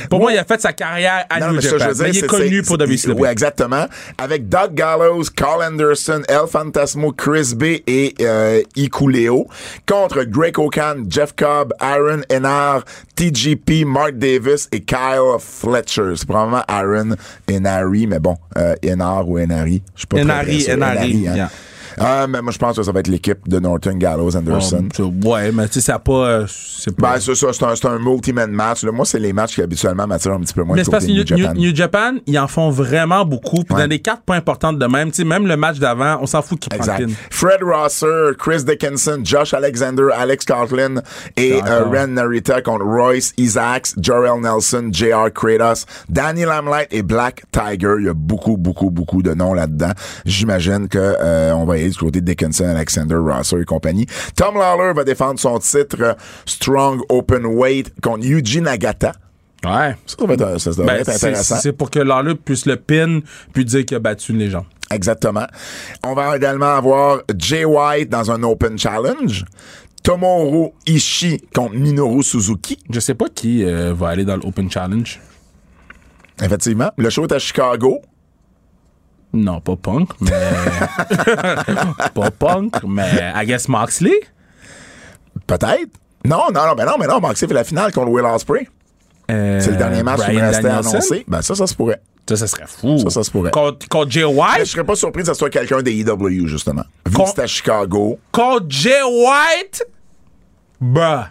C: Pour moi, il a fait sa carrière à
B: Non,
C: New
B: mais ça,
C: Japan.
B: je veux dire,
C: mais il est
B: c'est-
C: connu
B: c'est-
C: pour E.
B: c'est-
C: WCW.
B: Oui, exactement. Avec Doug Gallows, Carl Anderson, El Fantasmo, Chris B et euh, Ikuleo. Contre Greg O'Kan, Jeff Cobb, Aaron Hennard, TGP, Mark Davis et Kyle Fletcher. C'est probablement Aaron Hennary, mais bon, euh, Hennard ou Hennary. Je suis pas très
C: Hennary,
B: sûr.
C: Hennary,
B: Hennary, hein.
C: yeah.
B: Ah, mais moi, je pense que ça va être l'équipe de Norton, Gallows, Anderson.
C: Bon, tu- ouais, mais tu sais, ça a pas. euh, c'est pas-
B: Ben, c'est ça, c'est un, c'est un multi-man match. là. moi, c'est les matchs qui habituellement m'attirent un petit peu moins.
C: mais
B: que
C: c'est parce que
B: New
C: New,
B: Japan.
C: New- New Japan, ils en font vraiment beaucoup. Puis
B: Ouais.
C: dans des cartes pas importantes de même, tu sais, même le match d'avant, on s'en fout qui prend le
B: Exact.
C: pin.
B: Fred Rosser, Chris Dickinson, Josh Alexander, Alex Coughlin et
C: Ah,
B: euh,
C: encore.
B: Ren Narita contre Royce Isaacs, Jarrell Nelson, J.R. Kratos, Danny Lamlight et Black Tiger. Il y a beaucoup, beaucoup, beaucoup de noms là-dedans. J'imagine que euh, on va aller du côté de Dickinson, Alexander, Rosser et compagnie. Tom Lawler va défendre son titre euh, Strong Open Weight contre Yuji Nagata.
C: Ouais.
B: Ça, ça va être, un- ça, ça va
C: Ben,
B: être
C: c'est-
B: intéressant.
C: C'est pour que Lawler puisse le pin, puis dire qu'il a battu une légende.
B: Exactement. On va également avoir Jay White dans un Open Challenge. Tomohiro Ishii contre Minoru Suzuki.
C: Je sais pas qui euh, va aller dans l'Open Challenge.
B: Effectivement. Le show est à Chicago.
C: Non, pas Punk, mais. pas Punk, mais I guess Moxley.
B: Peut-être. Non, non, non, mais non, mais non, Maxi fait la finale contre Will Ospreay. C'est le dernier match qui me restait à annoncer. Ben ça, ça se pourrait.
C: Euh, Ça, ça serait fou.
B: Ça, ça se pourrait.
C: Contre, contre Jay
B: Je
C: White.
B: serais pas surpris que ce soit quelqu'un des EW, justement. Vu que
C: Con-
B: c'est à Chicago.
C: Contre Jay White. Bah.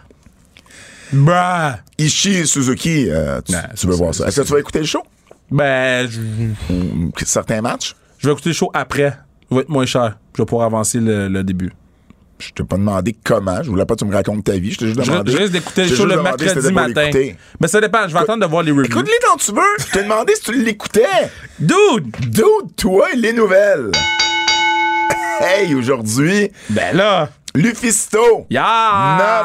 C: Bruh. Bruh.
B: Ishii et Suzuki, euh, tu,
C: Ben,
B: tu veux
C: ça,
B: voir
C: ça,
B: ça. Est-ce que tu vas écouter le show?
C: Ben, je,
B: Ou certains matchs?
C: je vais écouter le show après. Ça va être moins cher. Je vais pouvoir avancer le, le début.
B: Je t'ai pas demandé comment. Je voulais pas que tu me racontes ta vie. Je t'ai juste
C: Je,
B: demandé.
C: je risque d'écouter
B: je
C: le
B: t'ai
C: show
B: juste
C: le
B: demandé si
C: mercredi
B: t'étais pour
C: matin.
B: l'écouter.
C: Mais ça dépend. Je vais attendre de voir les reviews.
B: Écoute-les quand tu veux. Hmm. Je t'ai demandé si tu l'écoutais.
C: Dude!
B: Dude, toi, les nouvelles. Hey, aujourd'hui,
C: Ben là!
B: Lufisto,
C: Yeah!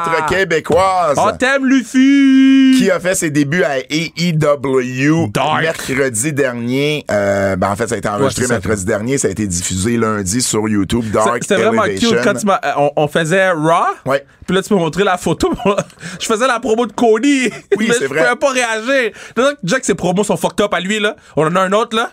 B: notre Québécoise,
C: On t'aime, Luffy!
B: qui a fait ses débuts à AEW
C: Dark.
B: mercredi dernier. Euh, ben, en fait, ça a été enregistré
C: Ouais, c'est ça.
B: mercredi dernier. Ça a été diffusé lundi sur YouTube,
C: Ça,
B: Dark
C: C'était vraiment
B: Elevation.
C: cute quand tu m'as- euh, on, on faisait Raw.
B: Ouais.
C: Puis là, tu m'as montré la photo. je faisais la promo de Cody.
B: Oui,
C: mais
B: c'est
C: je
B: vrai.
C: pouvais pas réagir. Déjà que- Déjà que ses promos sont fucked up à lui, là. On en a un autre, là.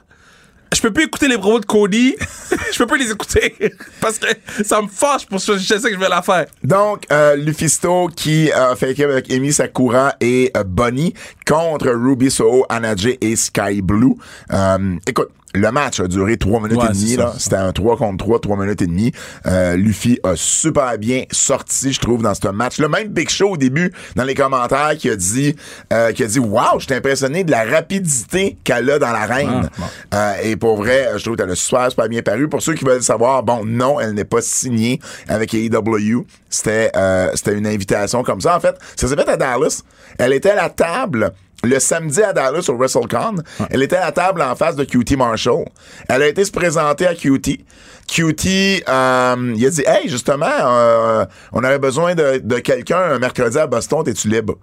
C: Je peux plus écouter les promos de Cody. je peux plus les écouter. Parce que ça me fâche pour ça. Je sais que je vais la faire.
B: Donc, euh, Lufisto qui euh, fait équipe avec Amy Sakura et euh, Bonnie contre Ruby Soho, Anadje et Sky Blue. Euh, écoute, le match a duré 3 minutes
C: Ouais,
B: et demie.
C: c'est ça,
B: là.
C: c'est ça.
B: C'était un 3 contre 3, 3 minutes et demie. Euh, Luffy a super bien sorti, je trouve, dans ce match. Le même Big Show au début, dans les commentaires, qui a dit, euh, qui a dit, wow, j'étais impressionné de la rapidité qu'elle a dans l'arène.
C: Ah, bon.
B: Euh, et pour vrai, je trouve qu'elle a super, super bien paru. Pour ceux qui veulent savoir, bon, non, elle n'est pas signée avec AEW. C'était, euh, c'était une invitation comme ça. En fait, ça s'est fait à Dallas. Elle était à la table le samedi à Dallas au WrestleCon. Elle était à la table en face de QT Marshall. Elle a été se présenter à QT. QT, euh, il a dit, hey, justement, euh, on aurait besoin de, de quelqu'un un mercredi à Boston, t'es-tu libre?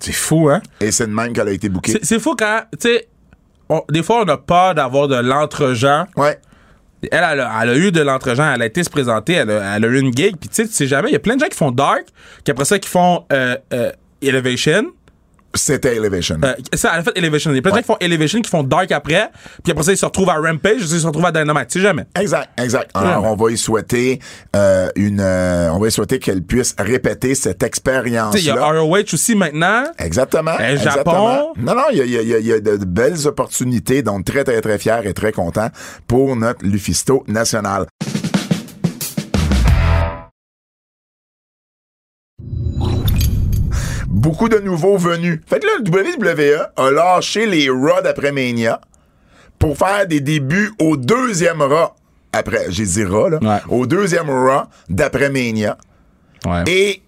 C: C'est fou, hein?
B: Et c'est de même qu'elle a été bookée.
C: C'est fou quand, tu sais, on- des fois, on a peur d'avoir de l'entre-gens.
B: Ouais.
C: Elle, elle a, elle a eu de l'entregent, elle a été se présenter, elle a, elle a eu une gig, puis tu sais, tu sais jamais, il y a plein de gens qui font Dark, qui après ça qui font euh, euh, Elevation.
B: C'était Elevation.
C: Euh, ça, elle a fait Elevation. Il y a plein de gens qui font Elevation, qui font Dark après, puis après ça, ils se retrouvent à Rampage, ils se retrouvent à Dynamite, tu sais jamais.
B: Exact, exact. Alors,
C: Ouais.
B: on va y souhaiter euh, une, euh, on va y souhaiter qu'elle puisse répéter cette
C: Tu sais, il y a
B: expérience-là.
C: ROH aussi maintenant.
B: Exactement.
C: Euh, Japon.
B: exactement. Non, non, il y a, il y a- il y a- il y a de, de belles opportunités, donc très, très, très fier et très content pour notre Lufisto national. beaucoup de nouveaux venus. Fait que là, le WWE a lâché les Raw d'après Mania pour faire des débuts au deuxième Raw après, j'ai dit Raw, là,
C: Ouais.
B: au deuxième Raw d'après Mania
C: Ouais.
B: et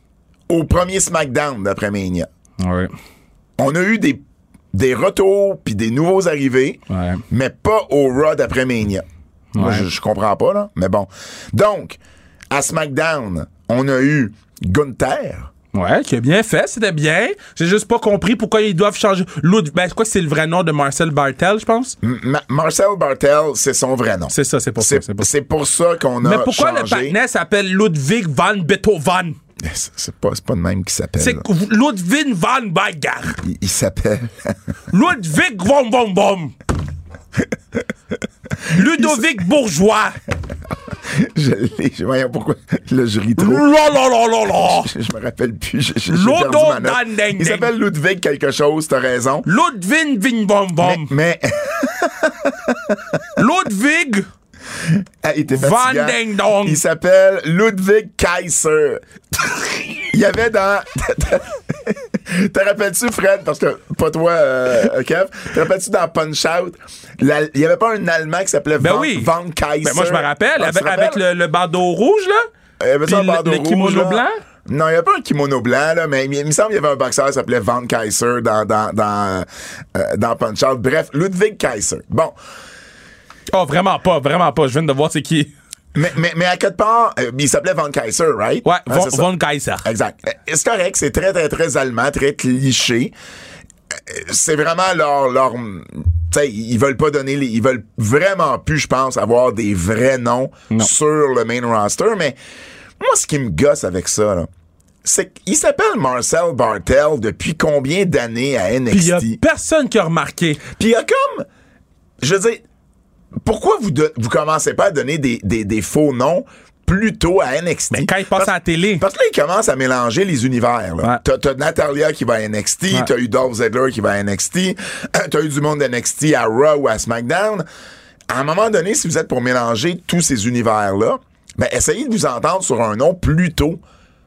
B: au premier SmackDown d'après Mania.
C: Ouais.
B: On a eu des, des retours puis des nouveaux arrivés,
C: Ouais.
B: mais pas au Raw d'après Mania. Moi,
C: Ouais.
B: je, je comprends pas, là, mais bon. Donc, à SmackDown, on a eu Gunther.
C: Ouais, qui a bien fait, c'était bien. J'ai juste pas compris pourquoi ils doivent changer. Lud... Ben, quoi, c'est le vrai nom de Marcel Bartel, je pense?
B: M- Ma- Marcel Bartel, c'est son vrai nom.
C: C'est ça, c'est pour ça.
B: C'est
C: c'est pour ça.
B: c'est pour ça qu'on a
C: Mais pourquoi le
B: changé.
C: patinet s'appelle Ludwig van Beethoven?
B: C'est c'est pas, c'est pas de même qu'il
C: C'est
B: s'appelle. là.
C: que- Ludwig van Bagar.
B: Il, il s'appelle...
C: Ludwig Vom Vom Vom. Ludovic Bourgeois.
B: je l'ai... je- Voyons pourquoi. Là, je ris trop.
C: La la la la la.
B: Je, je me rappelle plus. Je, je- j'ai
C: Lodo
B: perdu ma note.
C: Dan Ding Ding.
B: Il s'appelle Ludwig quelque chose, t'as raison.
C: Ludwig Vin Vom Vom.
B: Mais...
C: Ludwig.
B: Ah, il était
C: Van
B: fatigant.
C: Ding Dong.
B: Il s'appelle Ludwig Kaiser. il y avait dans. Te rappelles-tu, Fred, parce que pas toi, euh, Kev, te rappelles-tu dans Punch Out, la- il y avait pas un Allemand qui s'appelait
C: Ben
B: Van,
C: oui.
B: Van Kaiser.
C: Ben moi, je me rappelle,
B: Ah, tu
C: avec,
B: te
C: avec
B: rappelles?
C: le, le bandeau rouge, là.
B: Il y avait ça, un
C: puis le-
B: bandeau
C: le
B: rouge,
C: kimono
B: là.
C: blanc?
B: Non, il n'y avait pas un kimono blanc, là, mais il, il me semble qu'il y avait un boxeur qui s'appelait Van Kaiser dans, dans, dans, euh, dans Punch Out. Bref, Ludwig Kaiser. Bon.
C: Oh, vraiment pas, vraiment pas. Je viens de voir c'est qui.
B: Mais, mais, mais à quelque part, euh, il s'appelait Van Kaiser, right?
C: Ouais,
B: Hein,
C: Von,
B: c'est ça.
C: Von Kaiser.
B: Exact. Euh, C'est correct, c'est très, très, très allemand, très cliché. Euh, C'est vraiment leur. leur tu sais, ils veulent pas donner les. Ils veulent vraiment plus, je pense, avoir des vrais noms sur le main roster. Mais moi, ce qui me gosse avec ça, là, c'est qu'il s'appelle Marcel Bartel depuis combien d'années à NXT?
C: Puis il y a personne qui a remarqué.
B: Puis il y a comme. Je veux dire, pourquoi vous, don- vous commencez pas à donner des, des- des faux noms plutôt à NXT?
C: Mais quand il passe
B: Parce-
C: à la télé.
B: Parce que là, ils commencent à mélanger les univers. là.
C: Ouais.
B: T'as, t'as Natalia qui va à NXT, t'as eu Dolph Ziggler qui va à NXT, t'as eu du monde de NXT à Raw ou à SmackDown. À un moment donné, si vous êtes pour mélanger tous ces univers-là, ben, essayez de vous entendre sur un nom plus tôt.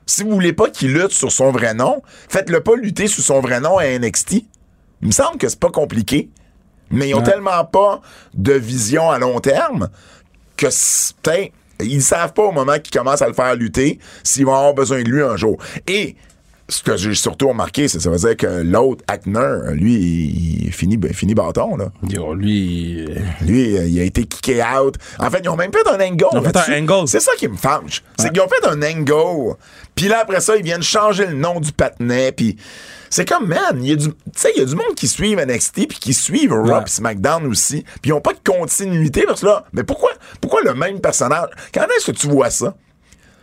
B: Si vous voulez pas qu'il lutte sur son vrai nom, faites-le pas lutter sur son vrai nom à NXT. Il me semble que c'est pas compliqué, mais ils ont tellement pas de vision à long terme que c'est- putain, ils savent pas au moment qu'ils commencent à le faire lutter s'ils vont avoir besoin de lui un jour. Et ce que j'ai surtout remarqué, c'est ça veut dire que l'autre Hackner, lui, il, il finit, ben, finit bâton, là.
C: Yo, lui.
B: Lui, euh, il a été kické out. En fait, ils ont même fait un angle. Ils
C: ont fait un angle.
B: C'est ça qui me fâche. C'est qu'ils ont fait un angle. Puis là, après ça, ils viennent changer le nom du patinet. Puis c'est comme, man, il y a du, tu sais, il y a du monde qui suivent NXT puis qui suivent Raw
C: Ouais.
B: puis SmackDown aussi. Puis ils n'ont pas de continuité parce que là, mais pourquoi, pourquoi le même personnage? Quand est-ce que tu vois ça?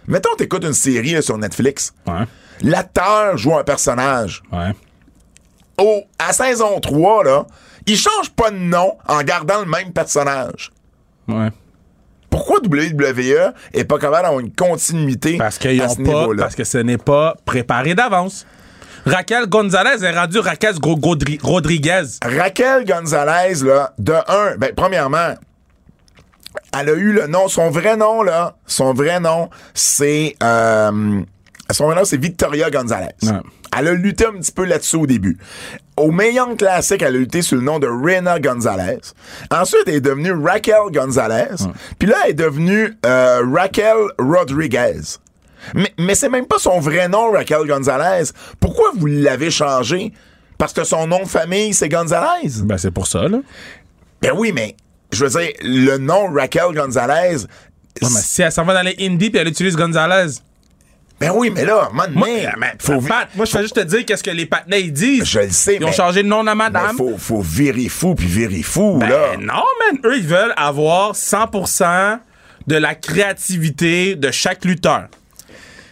B: Mettons, t'écoutes une série là, sur Netflix.
C: Ouais.
B: L'acteur joue un personnage
C: Ouais.
B: au, à saison 3, là, il change pas de nom en gardant le même personnage.
C: Ouais.
B: Pourquoi WWE est pas capable d'avoir une continuité
C: Parce qu'ils
B: à
C: ont
B: ce
C: pas.
B: niveau-là?
C: Parce que ce n'est pas préparé d'avance. Raquel Gonzalez est rendu Raquel Gro- Godri- Rodriguez.
B: Raquel Gonzalez, là, de un, ben, premièrement, elle a eu le nom, son vrai nom, là, son vrai nom, c'est, euh, son vrai nom, c'est Victoria Gonzalez.
C: Ouais.
B: Elle a lutté un petit peu là-dessus au début. Au Mayan Classic, elle a lutté sous le nom de Rena Gonzalez. Ensuite, elle est devenue Raquel Gonzalez. Puis là, elle est devenue euh, Raquel Rodriguez. Mais, mais c'est même pas son vrai nom, Raquel Gonzalez. Pourquoi vous l'avez changé? Parce que son nom de famille, c'est Gonzalez.
C: Ben, c'est pour ça, là.
B: Ben oui, mais je veux dire, le nom Raquel Gonzalez.
C: Ouais, mais si elle s'en va dans les indies puis elle utilise Gonzalez.
B: Ben oui, mais là, man,
C: Moi, euh,
B: mais,
C: mais,
B: faut, vi-
C: Pat, moi, je fais juste te dire qu'est-ce que les patinets ils disent.
B: Je le sais,
C: Ils ont
B: mais-
C: changé le nom
B: mais
C: à madame.
B: faut, faut virer fou puis virer fou,
C: Ben
B: là.
C: non, man. Eux, ils veulent avoir 100% de la créativité de chaque lutteur.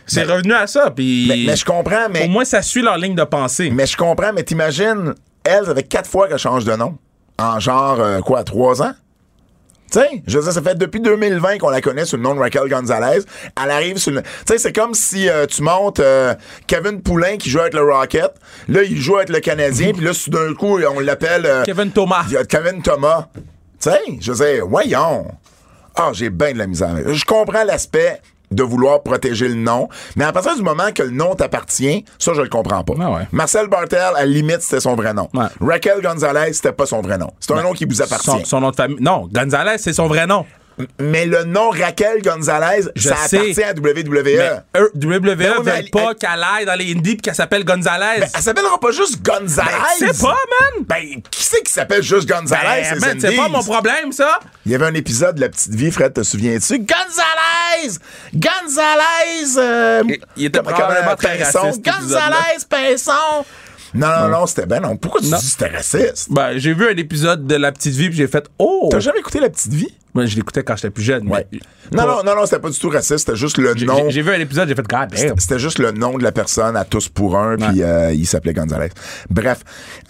C: C'est revenu à ça. Puis
B: Mais, mais je comprends, mais,
C: Au moins, ça suit leur ligne de pensée.
B: mais je comprends, mais t'imagines, elle, ça fait quatre fois qu'elle change de nom. En genre, euh, quoi, trois ans? Tu sais, je veux dire, ça fait depuis 2020 qu'on la connaît sous le nom de Raquel Gonzalez. Elle arrive sous le. Tu sais, c'est comme si euh, tu montes euh, Kevin Poulain qui joue avec le Rocket. Là, il joue avec le Canadien, puis là, soudain coup, on l'appelle. euh,
C: Kevin Thomas.
B: Il y a Kevin Thomas. Tu sais, je veux dire, voyons. Ah, j'ai bien de la misère. Je comprends l'aspect de vouloir protéger le nom. Mais à partir du moment que le nom t'appartient, ça, je le comprends pas.
C: Ah ouais.
B: Marcel Bartel, à la limite, c'était son vrai nom.
C: Ouais.
B: Raquel Gonzalez, c'était pas son vrai nom. C'est un nom qui vous appartient.
C: Son, son nom de famille. Non, Gonzalez, c'est son vrai nom.
B: Mais le nom Raquel Gonzalez,
C: Je
B: ça
C: sais.
B: appartient à E. WWE.
C: Mais eux, WWE
B: oui, mais
C: veulent
B: elle-
C: pas
B: elle-
C: qu'elle aille dans les indies pis qu'elle s'appelle Gonzalez.
B: Ben, elle s'appellera pas juste Gonzalez.
C: Ben, c'est pas, man.
B: Ben, qui c'est qui s'appelle juste Gonzalez?
C: Ben,
B: ces
C: man, c'est
B: Indies?
C: pas mon problème, ça.
B: Il y avait un épisode de La Petite Vie, Fred, te souviens-tu? Gonzalez! Gonzalez! euh,
C: Il- il était
B: comment-
C: probablement
B: comment-
C: très
B: Pinson.
C: raciste, cet épisode-là.
B: Gonzalez, Pinson! Non, non, non, c'était ben non. Pourquoi tu
C: Non.
B: dis que c'était raciste?
C: Ben, j'ai vu un épisode de La Petite Vie pis j'ai fait, oh!
B: T'as jamais écouté La Petite Vie?
C: Ben, je l'écoutais quand j'étais plus jeune.
B: Ouais.
C: mais-
B: Non,
C: Pas-
B: non, non, non, c'était pas du tout raciste, c'était juste le
C: J'ai-
B: nom.
C: J'ai vu un épisode, j'ai fait, God damn.
B: C'était juste le nom de la personne à tous pour un, puis euh, il s'appelait Gonzalez. Bref,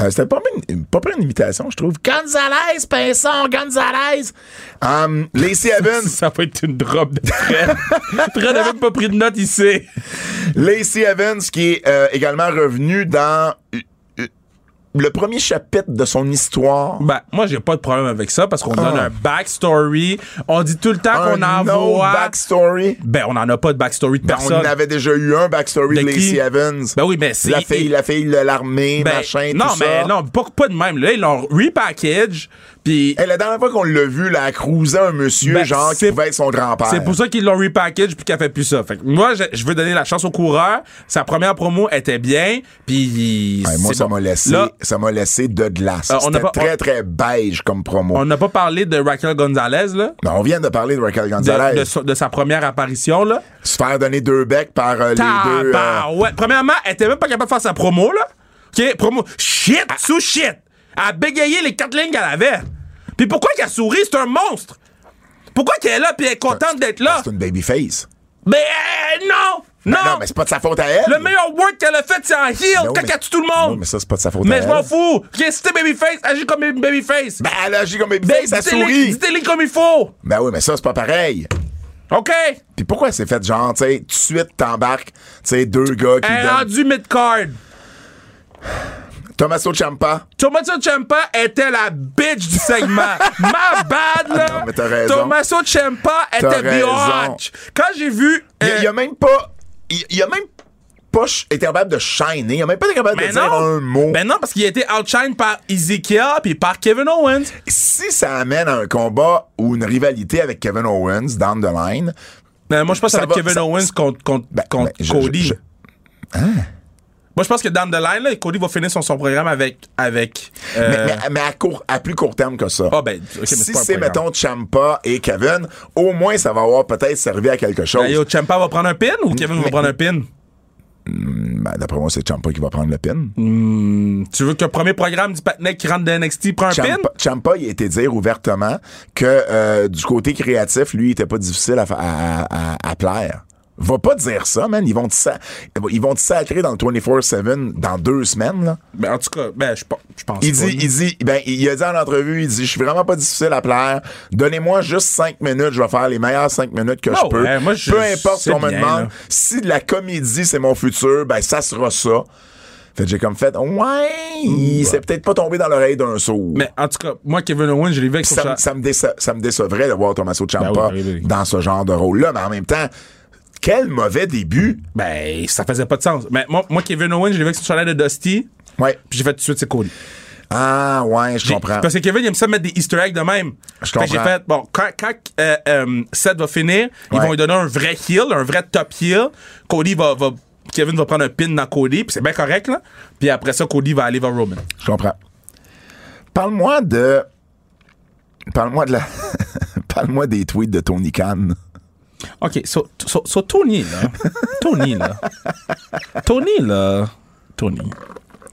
B: euh, c'était pas, mal une- pas pas une imitation, je trouve. Gonzalez, Pinson, Gonzalez! Um, Lacey Evans,
C: Ça va être une drop de Fred. Fred avait pas pris de notes ici.
B: Lacey Evans, qui est euh, également revenu dans euh, euh, le premier chapitre de son histoire.
C: Ben, moi, j'ai pas de problème avec ça parce qu'on donne un backstory. On dit tout le temps qu'on
B: Ah. un autre
C: envoie.
B: backstory.
C: Ben, on en a pas de backstory de
B: Ben, on
C: personne.
B: en avait déjà eu un backstory de,
C: De qui?
B: Lacey Evans.
C: Ben oui, mais c'est.
B: la fille, la fille de l'armée,
C: ben,
B: machin,
C: Non,
B: tout
C: mais
B: ça.
C: non, pas, pas de même. Là, ils l'ont repackage. Puis
B: Hey, Eh, la dernière fois qu'on l'a vu, là, elle cruisait un monsieur,
C: Ben,
B: genre, qui
C: c'est-
B: pouvait être son grand-père.
C: c'est pour ça qu'ils l'ont repackage puis qu'elle fait plus ça. Fait que moi, je, je veux donner la chance au coureur. Sa première promo était bien. Puis.
B: Ouais, moi,
C: c'est
B: ça
C: bon.
B: m'a laissé,
C: Là,
B: ça m'a laissé de glace.
C: Euh, on
B: C'était
C: n'a pas-
B: très,
C: on-
B: très beige comme promo.
C: on n'a pas parlé de Raquel Gonzalez, là.
B: Ben, on vient de parler de Raquel Gonzalez.
C: De, de, sa- de sa première apparition, là.
B: Se faire donner deux becs par euh, les deux. euh,
C: ouais. Premièrement, elle était même pas capable de faire sa promo, là. OK, promo. Shit,
B: Ah.
C: sous shit. Elle a bégayé les quatre lignes qu'elle avait. Puis pourquoi qu'elle sourit? C'est un monstre. Pourquoi qu'elle est là puis elle est contente d'être là?
B: Ah, C'est une babyface.
C: Mais euh, non! Non!
B: Ben non, mais c'est pas de sa faute à elle.
C: Le meilleur work qu'elle a fait, c'est en heel,
B: Ben oui,
C: quand
B: mais-
C: elle tue tout le
B: Non,
C: monde.
B: mais ça, c'est pas de sa faute à
C: mais
B: elle.
C: je m'en fous. OK, si t'es babyface, agis comme une babyface.
B: Ben, elle agit comme babyface,
C: Ben,
B: elle
C: dis-les-
B: sourit.
C: dis-les comme il faut.
B: Ben oui, mais ça, c'est pas pareil.
C: OK?
B: Puis pourquoi c'est fait genre, tu sais, tout de suite, t'embarques, tu sais, deux gars qui
C: Elle est
B: donnent-
C: rendue mid-card.
B: Tommaso Ciampa.
C: Tommaso Ciampa était la bitch du segment. Ma bad, là.
B: Ah non, mais t'as raison.
C: Tommaso Ciampa était
B: raison.
C: biatch. Quand j'ai vu...
B: Il y a-
C: euh,
B: il y a même pas. Il il y a même pas ch- été capable de shiner. Il a même pas été capable de
C: ben
B: dire
C: non.
B: un mot.
C: Ben non, parce qu'il a été outshined par Ezekiel puis par Kevin Owens.
B: si ça amène à un combat ou une rivalité avec Kevin Owens down the line,
C: Ben, moi, je pense que ça,
B: Ça
C: va être
B: va-
C: Kevin
B: ça-
C: Owens contre, contre,
B: Ben,
C: contre
B: ben, je-
C: Cody.
B: je- Hein? je-
C: Moi, je pense que down the line, là, Cody va finir son, son programme avec... avec euh,
B: mais, mais- mais à, court, à plus court terme que ça.
C: Ah, ben, ok, mais c'est
B: si
C: pas un
B: c'est,
C: programme.
B: mettons, Champa et Kevin, au moins ça va avoir peut-être servi à quelque chose.
C: ben, yo, Ciampa va prendre un pin ou Kevin va
B: mais-
C: prendre un pin?
B: Ben, d'après moi, c'est Champa qui va prendre le pin.
C: Tu veux que le premier programme du Patnec qui rentre de NXT prend un pin?
B: Ciampa, Ciampa, il a été dire ouvertement que euh, du côté créatif, lui, il était pas difficile à, fa- à, à- à plaire. Va pas dire ça, man. Ils vont te, sa- ils vont te sacrer dans le 24-7 dans deux semaines, là.
C: Ben, en tout cas, ben, je, pense- je pense
B: Il
C: pas.
B: dit, il dit, ben, il a dit en entrevue, il dit, je suis vraiment pas difficile à plaire. Donnez-moi juste cinq minutes, je vais faire les meilleures cinq minutes que
C: Ah
B: je peux.
C: ouais, moi, je-
B: Peu importe ce
C: c'est
B: qu'on me
C: bien,
B: demande.
C: là.
B: Si de la comédie, c'est mon futur, ben, ça sera ça. Fait que j'ai comme fait, ouais, il s'est peut-être pas tombé dans l'oreille d'un sourd.
C: Mais en tout cas, moi, Kevin Owens, je l'ai vu avec son
B: ça, me-
C: cha-
B: ça me déce- ça me décevrait de voir Tommaso Ciampa
C: Ben oui, oui, oui.
B: dans ce genre de rôle-là. Mais en même temps, quel mauvais début.
C: Ben, ça faisait pas de sens. Mais moi, moi Kevin Owens, je l'ai vu avec son chalet de Dusty.
B: Ouais.
C: Puis j'ai fait tout de suite, c'est cool.
B: Ah, ouais, je
C: J'ai-
B: comprends.
C: Parce que Kevin, il aime ça mettre des easter eggs de même.
B: Je
C: Fait que j'ai
B: comprends.
C: fait, bon, quand, quand euh, euh, Seth va finir, ils
B: Ouais.
C: vont lui donner un vrai heel, un vrai top heel. Cody va, va- Kevin va prendre un pin dans Cody, puis c'est bien correct, là. Puis après ça, Cody va aller vers Roman.
B: Je comprends. Parle-moi de. Parle-moi de la. Parle-moi des tweets de Tony Khan.
C: OK, so, so, so Tony, là. Tony, là. Tony, là. Tony.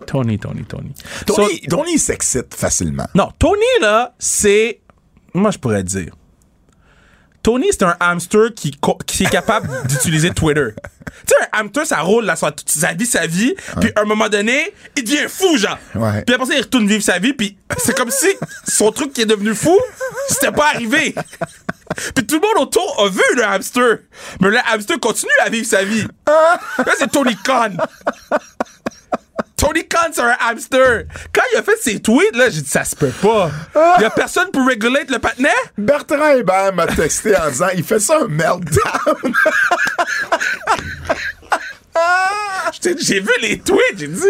C: Tony, Tony, Tony. So-
B: Tony, Tony, il s'excite facilement.
C: Non, Tony, là, c'est. Moi, je pourrais dire. Tony, c'est un hamster qui, co- qui est capable d'utiliser Twitter. Tu sais, un hamster, ça roule là, sa, sa vie, sa vie, puis à un moment donné, il devient fou, genre.
B: Ouais.
C: Puis après ça, il retourne vivre sa vie, puis c'est comme si son truc qui est devenu fou, c'était pas arrivé. Puis tout le monde autour a vu le hamster. Mais le hamster continue à vivre sa vie. Là, c'est Tony Khan. Tony Khan, c'est un hamster. Quand il a fait ses tweets, là, j'ai dit, ça se peut pas. Il y a personne pour réguler le patinet?
B: Bertrand Hébert m'a texté en disant il fait ça un meltdown.
C: J'ai j'ai vu les tweets, j'ai dit,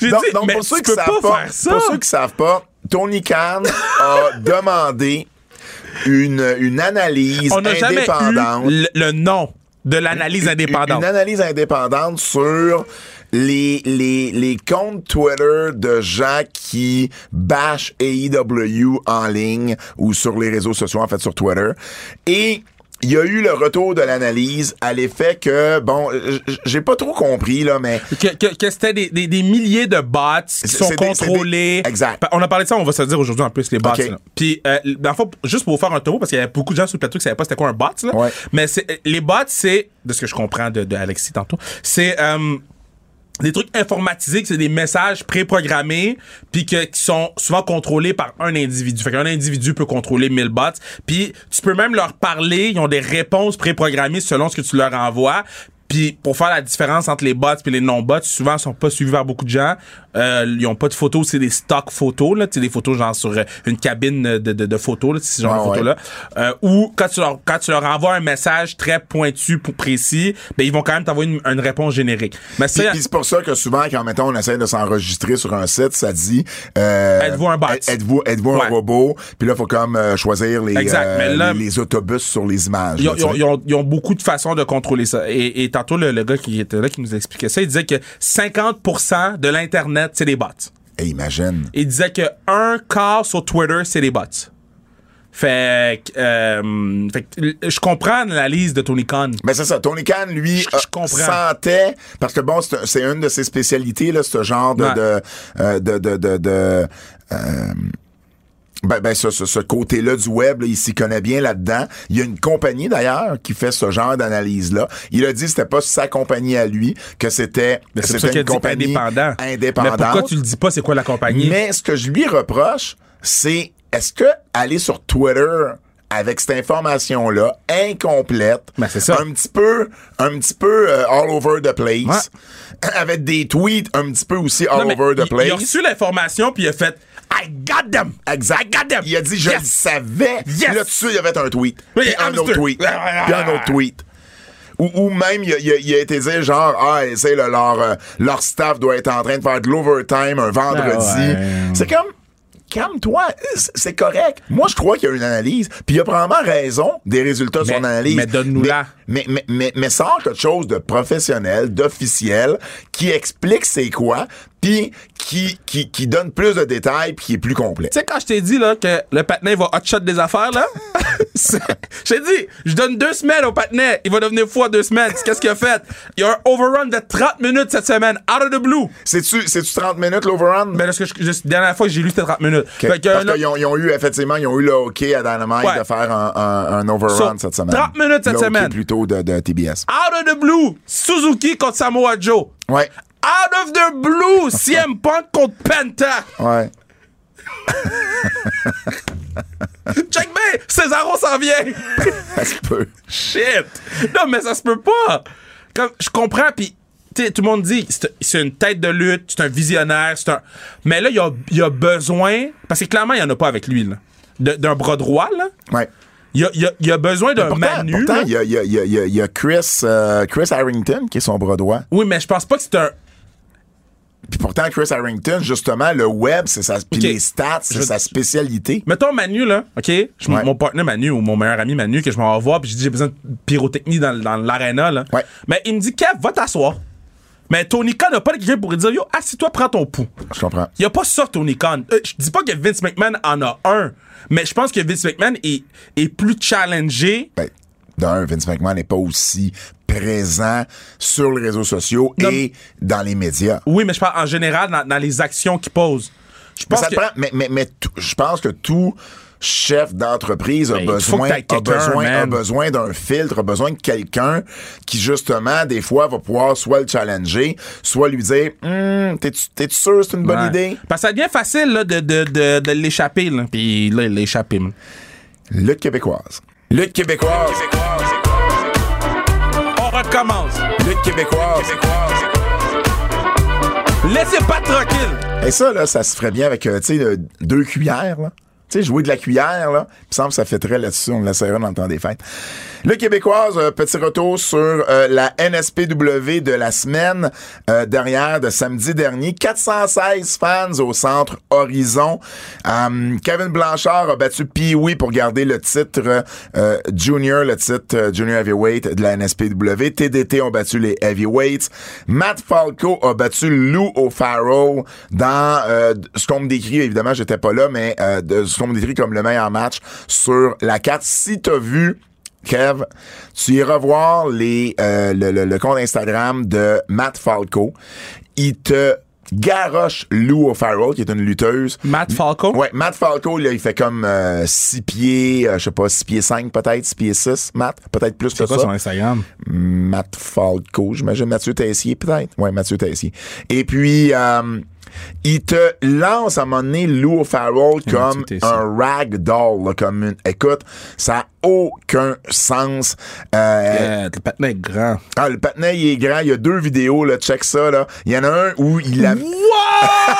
C: j'ai dit,
B: Donc, donc,
C: mais
B: pour, ceux
C: tu
B: qui
C: peux
B: savent
C: pas,
B: pas
C: faire ça.
B: pour ceux qui savent pas, Tony Khan a demandé une, une analyse
C: On n'a jamais
B: indépendante.
C: eu le, le nom de l'analyse indépendante.
B: Une analyse indépendante sur les, les, les comptes Twitter de gens qui bâchent AEW en ligne ou sur les réseaux sociaux, en fait sur Twitter. Et il y a eu le retour de l'analyse à l'effet que, bon, j- j- j'ai pas trop compris, là, mais
C: que, que, que c'était des, des, des milliers de bots qui
B: C'est-
C: sont
B: c'est des- c'est des-
C: contrôlés.
B: Exact.
C: On a parlé de ça, on va se le dire aujourd'hui en plus, les bots.
B: Ok.
C: là. Puis, euh, dans le fond, juste pour vous faire un topo, parce qu'il y avait beaucoup de gens sur le plateau qui savaient pas c'était quoi un bot. Là.
B: Ouais.
C: Mais c'est- euh, les bots, c'est, de ce que je comprends de, de Alexis tantôt, c'est... euh, des trucs informatisés, que c'est des messages préprogrammés, puis que, qui sont souvent contrôlés par un individu. Fait qu'un individu peut contrôler 1000 bots, puis tu peux même leur parler, ils ont des réponses préprogrammées selon ce que tu leur envoies. Puis pour faire la différence entre les bots et les non-bots, souvent ils sont pas suivis par beaucoup de gens. Euh, ils ont pas de photos, c'est des stocks photos là, tu sais, des photos genre sur euh, une cabine de, de, de photos là, ce genre
B: Ah
C: de
B: ouais.
C: photos là. Euh, ou quand tu leur quand tu leur envoies un message très pointu pour précis, ben ils vont quand même t'envoyer une, une réponse générique. Mais
B: Puis,
C: c'est
B: puis c'est pour ça que souvent, quand mettons, on essaie de s'enregistrer sur un site, ça dit euh,
C: Êtes-vous un bot?
B: ê- Êtes-vous êtes-vous un
C: Ouais.
B: robot? Puis là, faut comme euh, choisir les,
C: Exact,
B: euh,
C: mais là-
B: les, les autobus sur les images.
C: Ils
B: là,
C: ont,
B: tu sais.
C: ils ont- ils ont beaucoup de façons de contrôler ça. Et, et tantôt, le, le gars qui était là, qui nous expliquait ça, il disait que 50% de l'Internet, c'est des bots.
B: Et imagine.
C: Il disait que un quart sur Twitter, c'est des bots. Fait que, euh, fait que, l- je comprends l'analyse de Tony Khan.
B: Mais Ben, c'est ça, Tony Khan, lui,
C: je
B: euh,
C: comprends.
B: sentait, parce que bon, c'est c'est une de ses spécialités, là, ce genre de...
C: Ouais.
B: de, euh, de, de, de, de, euh, ben, ben, ce, ce- ce côté-là du web, là, il s'y connaît bien là-dedans. Il y a une compagnie, d'ailleurs, qui fait ce genre d'analyse-là. Il a dit que c'était pas sa compagnie à lui, que c'était
C: Mais Ben, C'est pour
B: c'était
C: ça qu'il a
B: une
C: dit
B: compagnie
C: indépendant.
B: indépendante.
C: Mais pourquoi tu le dis pas, c'est quoi la compagnie?
B: Mais ce que je lui reproche, c'est est-ce que aller sur Twitter avec cette information-là, incomplète,
C: Ben, c'est ça.
B: un petit peu, un petit peu euh, all over the place, avec des tweets un petit peu aussi all
C: Non, mais
B: over the
C: il- Il a
B: place.
C: reçu l'information, puis il a fait « I got them!
B: Exact.
C: I got them! »
B: Il a dit je le
C: Yes!
B: savais.
C: Yes.
B: Puis là dessus il y avait un tweet,
C: Oui,
B: puis un
C: hamster. Ah.
B: autre tweet, puis un autre tweet. Ou, ou même, il a, il a- il a été dire genre, ah, tu sais, le- leur, euh, leur staff doit être en train de faire de l'overtime un vendredi.
C: Ah ouais.
B: C'est comme, calme-toi, c'est- c'est correct. Moi, je crois qu'il y a une analyse, puis il a probablement raison des résultats de
C: Mais-
B: son analyse.
C: mais donne-nous-la.
B: Mais, mais, mais, mais sort quelque chose de professionnel, d'officiel, qui explique c'est quoi, puis qui, qui, qui donne plus de détails, puis qui est plus complet.
C: Tu sais, quand je t'ai dit là, que le patinet va hot shot des affaires, là, c'est- je t'ai dit, je donne deux semaines au patinet. Il va devenir fou en deux semaines. Qu'est-ce qu'il a fait? Il y a un overrun de 30 minutes cette semaine, out of the blue.
B: C'est-tu c'est-tu 30 minutes l'overrun?
C: Mais là, ce que je, je- la dernière fois que j'ai lu, c'était 30 minutes.
B: Ok.
C: Fait que,
B: Parce
C: là,
B: qu'ils ont, ils ont eu, effectivement, ils ont eu le hockey à Dynamite
C: Ouais.
B: de faire un, un- un overrun
C: So,
B: cette semaine.
C: 30 minutes cette
B: Le hockey
C: semaine.
B: plutôt de, de TBS.
C: out of the blue, Suzuki contre Samoa Joe.
B: Ouais.
C: Out of the blue, CM Punk contre Penta.
B: Ouais.
C: Check bien, Cesaro s'en vient.
B: Ça se peut.
C: Shit! Non, mais ça se peut pas! Comme, je comprends, puis tu sais, tout le monde dit, c'est- c'est une tête de lutte, c'est un visionnaire, c'est un... Mais là, il y a, il y a besoin... Parce que clairement, il n'y en a pas avec lui, là. De- D'un bras droit, là.
B: Ouais.
C: Il y a, il y a- il y a besoin d'un
B: Pourtant,
C: Manu,
B: pourtant,
C: là.
B: il y a, il y a- il y a- il y a- il y a Chris, euh, Chris Harrington qui est son bras droit.
C: Oui, mais je pense pas que c'est un...
B: Puis pourtant, Chris Harrington, justement, le web, c'est sa, puis
C: Ok.
B: les stats, c'est
C: Je-
B: sa spécialité.
C: Mettons Manu, là, OK? Je-
B: Ouais.
C: Mon partenaire Manu ou mon meilleur ami Manu, que je m'en vais voir, puis je dis j'ai besoin de pyrotechnie dans, dans l'aréna, là.
B: Ouais.
C: Mais il me dit, Kev, va t'asseoir. Mais Tony Khan n'a pas quelqu'un pour lui dire, yo, assis-toi, prends ton pouls.
B: Je comprends.
C: Il n'y a pas ça, Tony Khan. Euh, je dis pas que Vince McMahon en a un, mais je pense que Vince McMahon est, est plus challengé.
B: Ben, d'un, Vince McMahon n'est pas aussi présent sur les réseaux sociaux
C: Non.
B: et dans les médias.
C: Oui, mais je parle en général dans, dans les actions qu'il pose. Je
B: Mais
C: pense
B: ça
C: que
B: te prend- mais, mais, mais tout- je pense que tout chef d'entreprise a
C: Ben, il faut
B: besoin,
C: que t'aies
B: a
C: quelqu'un,
B: besoin, a
C: man.
B: besoin d'un filtre, a besoin de quelqu'un qui, justement, des fois, va pouvoir soit le challenger, soit lui dire Hum, t'es-tu t'es-tu sûr que c'est une bonne
C: Ouais.
B: idée?
C: Parce que ça devient facile là, de, de, de, de l'échapper. là. Puis là, il l'a échappé. man.
B: Lutte québécoise. Lutte québécoise.
C: On recommence.
B: Lutte québécoise.
C: Laissez pas tranquille.
B: Et ça, là, ça se ferait bien avec, euh, tu sais, le- deux cuillères, là. Tu sais, jouer de la cuillère, là. Il me semble que ça fêterait là-dessus. On l'essaiera dans le temps des fêtes. Le Québécoise, euh, petit retour sur euh, la NSPW de la semaine euh, dernière, de samedi dernier. 416 fans au centre Horizon. Euh, Kevin Blanchard a battu Pee-Wee pour garder le titre euh, junior, le titre euh, junior heavyweight de la NSPW. TDT ont battu les heavyweights. Matt Falco a battu Lou O'Farrell dans euh, ce qu'on me décrit, évidemment, j'étais pas là, mais euh, de ce qu'on me décrit comme le meilleur match sur la carte. Si t'as vu Kev, tu iras voir les, euh, le, le- le compte Instagram de Matt Falco. Il te garoche Lou O'Farrell, qui est une lutteuse.
C: Matt Falco.
B: Ouais, Matt Falco, là, il fait comme 6 pieds, euh, je sais pas, 6 pieds 5 peut-être, 6 pieds 6, Matt, peut-être plus que
C: C'est quoi
B: ça.
C: son Instagram?
B: Matt Falco, j'imagine Mathieu Tessier peut-être. Ouais, Mathieu Tessier. Et puis euh, il te lance à un moment donné Lou O'Farrell comme
C: Tessier.
B: un ragdoll, là, comme une écoute, ça a aucun sens. Euh,
C: Euh, le patin est grand.
B: ah, le patinet, il est grand, il y a deux vidéos là, check ça là. Il y en a un où il a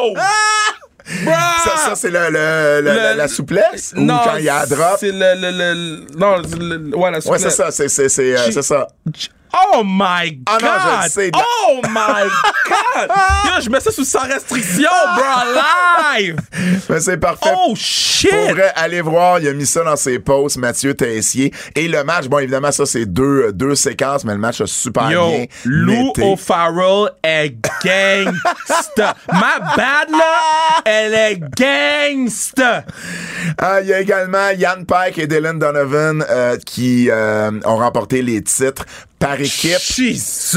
C: Wow! Bruh!
B: ça, ça, c'est le, le- le- la, la souplesse ou quand il y a la drop.
C: C'est le, le, le, le- Non, c'est le- ouais, la
B: Ouais,
C: souplesse.
B: c'est ça, c'est c'est c'est euh,
C: Chi-
B: c'est ça.
C: Oh my god!
B: Ah non, je le sais, Dan.
C: oh my god! Yo, je mets ça sous sans restriction, bro, live!
B: Ah. Mais Ben, c'est parfait.
C: Oh shit!
B: Pour vrai, allez voir, il a mis ça dans ses posts, Mathieu Tessier. Et le match, bon, évidemment, ça, c'est deux, euh, deux séquences, mais le match a super
C: Yo,
B: bien
C: Lou
B: été.
C: O'Farrell est gangsta. Ma bad là, elle est gangsta.
B: Ah, il y a également Yann Pike et Dylan Donovan euh, qui euh, ont remporté les titres par équipe,
C: Jesus.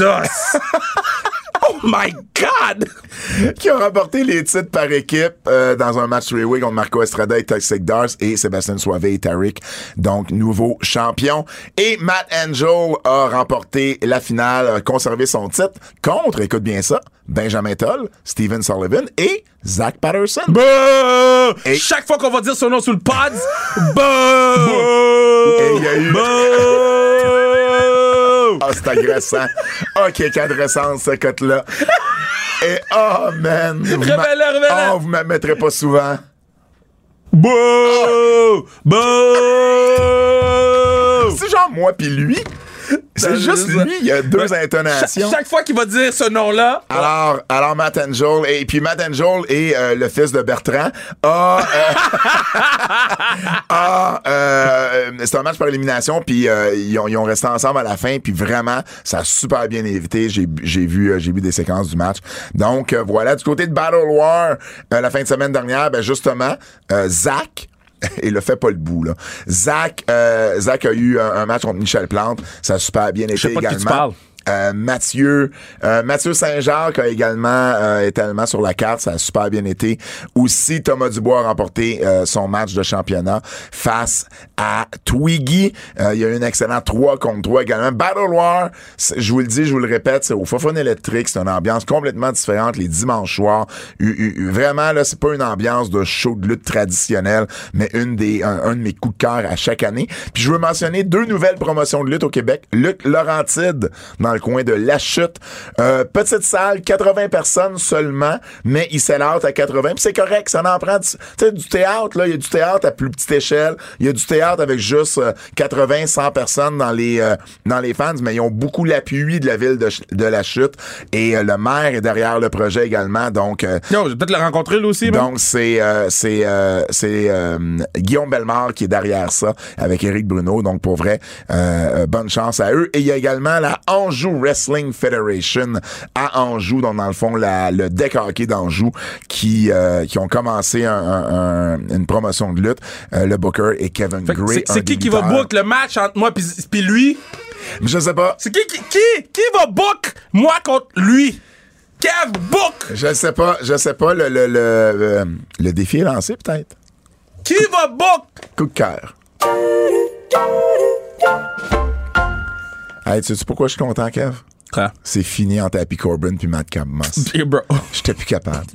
C: oh my God.
B: qui ont remporté les titres par équipe euh, dans un match three-way contre Marco Estrada et Toxic Dars et Sébastien Soivet et Tariq, donc nouveau champion. Et Matt Angel a remporté la finale, a conservé son titre contre, écoute bien ça, Benjamin Toll, Steven Sullivan et Zach Patterson.
C: Boo!
B: Et-
C: Chaque fois qu'on va dire son nom sur le pod, boo!
B: Et il y a eu-
C: Boo!
B: Ah, c'est agressant. ah, quelle cadressance, ce cote-là. Et oh, man. vous m'a-
C: Révèle-le, révèle-le.
B: Oh, vous me mettrez pas souvent.
C: Boo! Boo!
B: C'est genre moi puis lui. C'est
C: Ben,
B: juste
C: c'est ça.
B: lui, il y a deux
C: Ouais.
B: intonations.
C: Cha- chaque fois qu'il va dire ce nom-là,
B: Alors, alors Matt Angel et puis Matt Angel et euh, le fils de Bertrand a, euh, a, euh, c'est un match par élimination puis euh, ils, ont, ils ont resté ensemble à la fin puis vraiment ça a super bien évité j'ai j'ai vu euh, j'ai vu des séquences du match donc euh, voilà du côté de Battle War euh, la fin de semaine dernière ben justement euh, Zach et le fait pas le bout là Zach euh, Zach a eu un, un match contre Michel Plante ça a super bien été
C: sais pas de qui
B: également
C: tu parles.
B: euh, Mathieu, euh, Mathieu Saint-Jacques a également euh, est allemand sur la carte, ça a super bien été. Aussi, Thomas Dubois a remporté euh, son match de championnat face à Twiggy. Euh, il y a eu un excellent 3 contre 3 également. Battle War, c'est- je vous le dis, je vous le répète, c'est au Fofon électrique, c'est une ambiance complètement différente les dimanches soirs. U- u- u- Vraiment, là, c'est pas une ambiance de show de lutte traditionnelle, mais une des, un, un de mes coups de cœur à chaque année. Puis je veux mentionner deux nouvelles promotions de lutte au Québec. Luc Laurentide, dans le coin de La Chute. Euh, petite salle, 80 personnes seulement, mais il s'élate à 80. Puis c'est correct, ça en prend du, tu sais, du théâtre, là. Il y a du théâtre à plus petite échelle. Il y a du théâtre avec juste euh, 80, 100 personnes dans les, euh, dans les fans, mais ils ont beaucoup l'appui de la ville de, Ch- de La Chute. Et euh, le maire est derrière le projet également, donc... euh,
C: Yo, je vais peut-être le rencontrer lui aussi, man.
B: donc, c'est euh, c'est euh, c'est euh, Guillaume Bellemare qui est derrière ça avec Éric Bruno. Donc, pour vrai, euh, euh, bonne chance à eux. Et il y a également la Anjou Wrestling Federation à Anjou, donc dans le fond, la, le deck hockey d'Anjou qui, euh, qui ont commencé un- un- un- une promotion de lutte. Euh, le Booker et Kevin
C: Fait que
B: Gray.
C: c'est-
B: un
C: C'est qui
B: des
C: qui va
B: lutteurs.
C: book le match entre moi puis puis lui?
B: Je sais pas.
C: C'est qui qui, qui qui va book moi contre lui? Kev book!
B: Je sais pas. Je sais pas. Le, le, le, euh, le défi est lancé, peut-être.
C: Qui va book?
B: Coup de cœur. Hey, tu sais pourquoi je suis content, Kev?
C: Quoi?
B: C'est fini entre Happy Corbin puis Matt Cabmas.
C: Hey bro.
B: J'étais plus capable.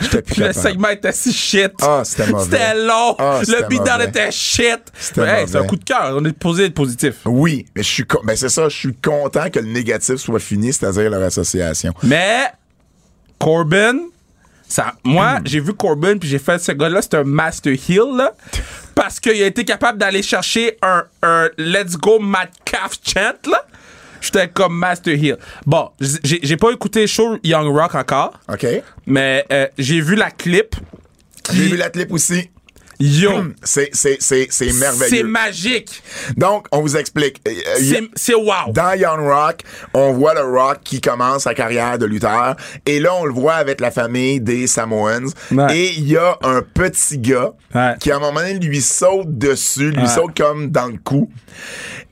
B: J'étais plus
C: Le
B: capable.
C: segment était si shit.
B: Ah, c'était mauvais.
C: C'était long.
B: Ah, c'était
C: le beatdown
B: mauvais.
C: était shit.
B: C'était
C: Mais hey, c'est un
B: mauvais.
C: coup de cœur. On est posé être positif.
B: Oui, mais je suis con- ben c'est ça, je suis content que le négatif soit fini, c'est-à-dire leur association.
C: Mais Corbin. Ça,
B: Hmm.
C: moi, j'ai vu Corbin, puis j'ai fait ce gars-là, c'est un Master Hill, là, parce qu'il a été capable d'aller chercher un, un Let's Go Matt Calf chant, là. J'étais comme Master Hill. Bon, j'ai j'ai pas écouté Show Young Rock encore,
B: OK.
C: mais euh, j'ai vu la clip.
B: J'ai
C: Qui-
B: vu la clip aussi.
C: Yo!
B: C'est, c'est, c'est, c'est
C: C'est
B: merveilleux.
C: magique.
B: Donc, on vous explique. Euh, euh, il y a-
C: C'est- C'est wow.
B: Dans Young Rock, on voit le Rock qui commence sa carrière de lutteur. Et là, on le voit avec la famille des Samoans.
C: Ouais.
B: Et il y a un petit gars
C: Ouais.
B: qui, à un moment donné, lui saute dessus, lui
C: Ouais.
B: saute comme dans le cou.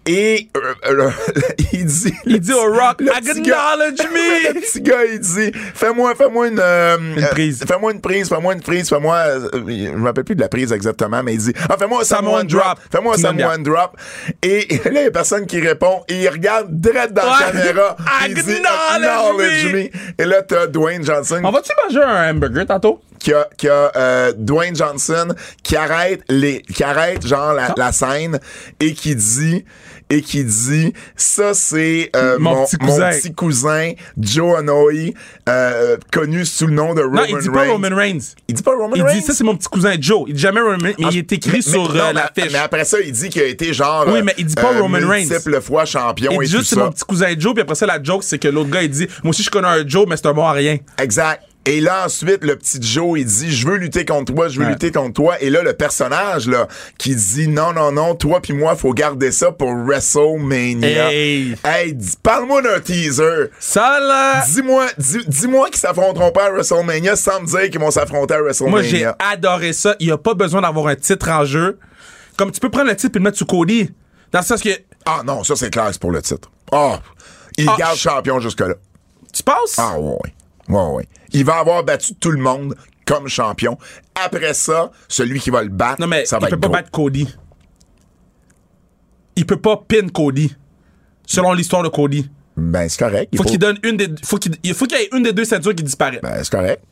B: Et euh, euh, il dit...
C: Il dit au Rock,
B: le petit gars-
C: acknowledge
B: le
C: me!
B: petit gars, il dit, fais-moi, fais-moi une, euh, euh,
C: prise.
B: fais-moi une prise, fais-moi une prise, fais-moi, euh, je me rappelle plus de la prise exactement, mais il dit, ah, fais-moi un
C: Samoan
B: Samoan drop,
C: drop.
B: fais-moi un
C: Tu m'aimes bien.
B: Samoan drop. Et là, il y a personne qui répond, et il regarde direct dans la
C: Ouais.
B: caméra. Il dit,
C: Acknowledge me.
B: Et là, t'as Dwayne Johnson
C: On va-tu manger un hamburger tantôt?
B: qui a, qui a euh, Dwayne Johnson qui arrête les qui arrête genre la, la scène et qui dit et qui dit ça c'est euh,
C: Mon
B: mon,
C: petit cousin.
B: petit cousin, Joe Hanoi euh, connu sous le nom de Roman
C: Non, il dit pas
B: Reigns.
C: Roman Reigns.
B: Il dit pas Roman
C: Il
B: Reigns.
C: dit, ça, c'est mon petit cousin Joe. Il dit jamais Roman Reigns, mais il est écrit
B: Ah, Mais-
C: sur
B: mais-
C: euh,
B: non,
C: la
B: mais-
C: fiche.
B: Mais après ça, il dit qu'il a été genre
C: Oui,
B: euh,
C: mais il dit pas Roman Reigns.
B: multiple fois champion
C: Il
B: et
C: dit
B: tout
C: juste, c'est
B: ça.
C: mon petit cousin Joe, puis après ça, la joke, c'est que l'autre gars, il dit, moi aussi, je connais un Joe, mais c'est un bon à rien.
B: Exact. Et là, ensuite, le petit Joe, il dit, je veux lutter contre toi, je veux
C: Ouais.
B: lutter contre toi. Et là, le personnage, là, qui dit, non, non, non, toi puis moi, faut garder ça pour WrestleMania.
C: Hey.
B: Hey, dis- parle-moi d'un teaser.
C: Ça, là,
B: Dis-moi, dis- dis-moi qu'ils s'affronteront pas à WrestleMania sans me dire qu'ils vont s'affronter à WrestleMania.
C: moi, j'ai adoré ça. Il n'y a pas besoin d'avoir un titre en jeu. Comme tu peux prendre le titre et le mettre sous Cody. Dans le sens que,
B: Ah non, ça, c'est clair, c'est pour le titre. Ah, il
C: Ah,
B: garde
C: je-
B: champion jusque-là.
C: tu passes?
B: Ah ouais, ouais. Ouais, ouais. Il va avoir battu tout le monde comme champion. Après ça, celui qui va le battre,
C: Non, mais
B: ça va
C: il peut
B: être
C: pas
B: gros.
C: battre Cody. Il peut pas pin Cody. Selon l'histoire de Cody.
B: Ben, c'est correct. Il
C: Faut
B: faut-
C: qu'il donne une des, faut qu'il, il faut qu'il y ait une des deux ceintures qui disparaît.
B: Ben, c'est correct.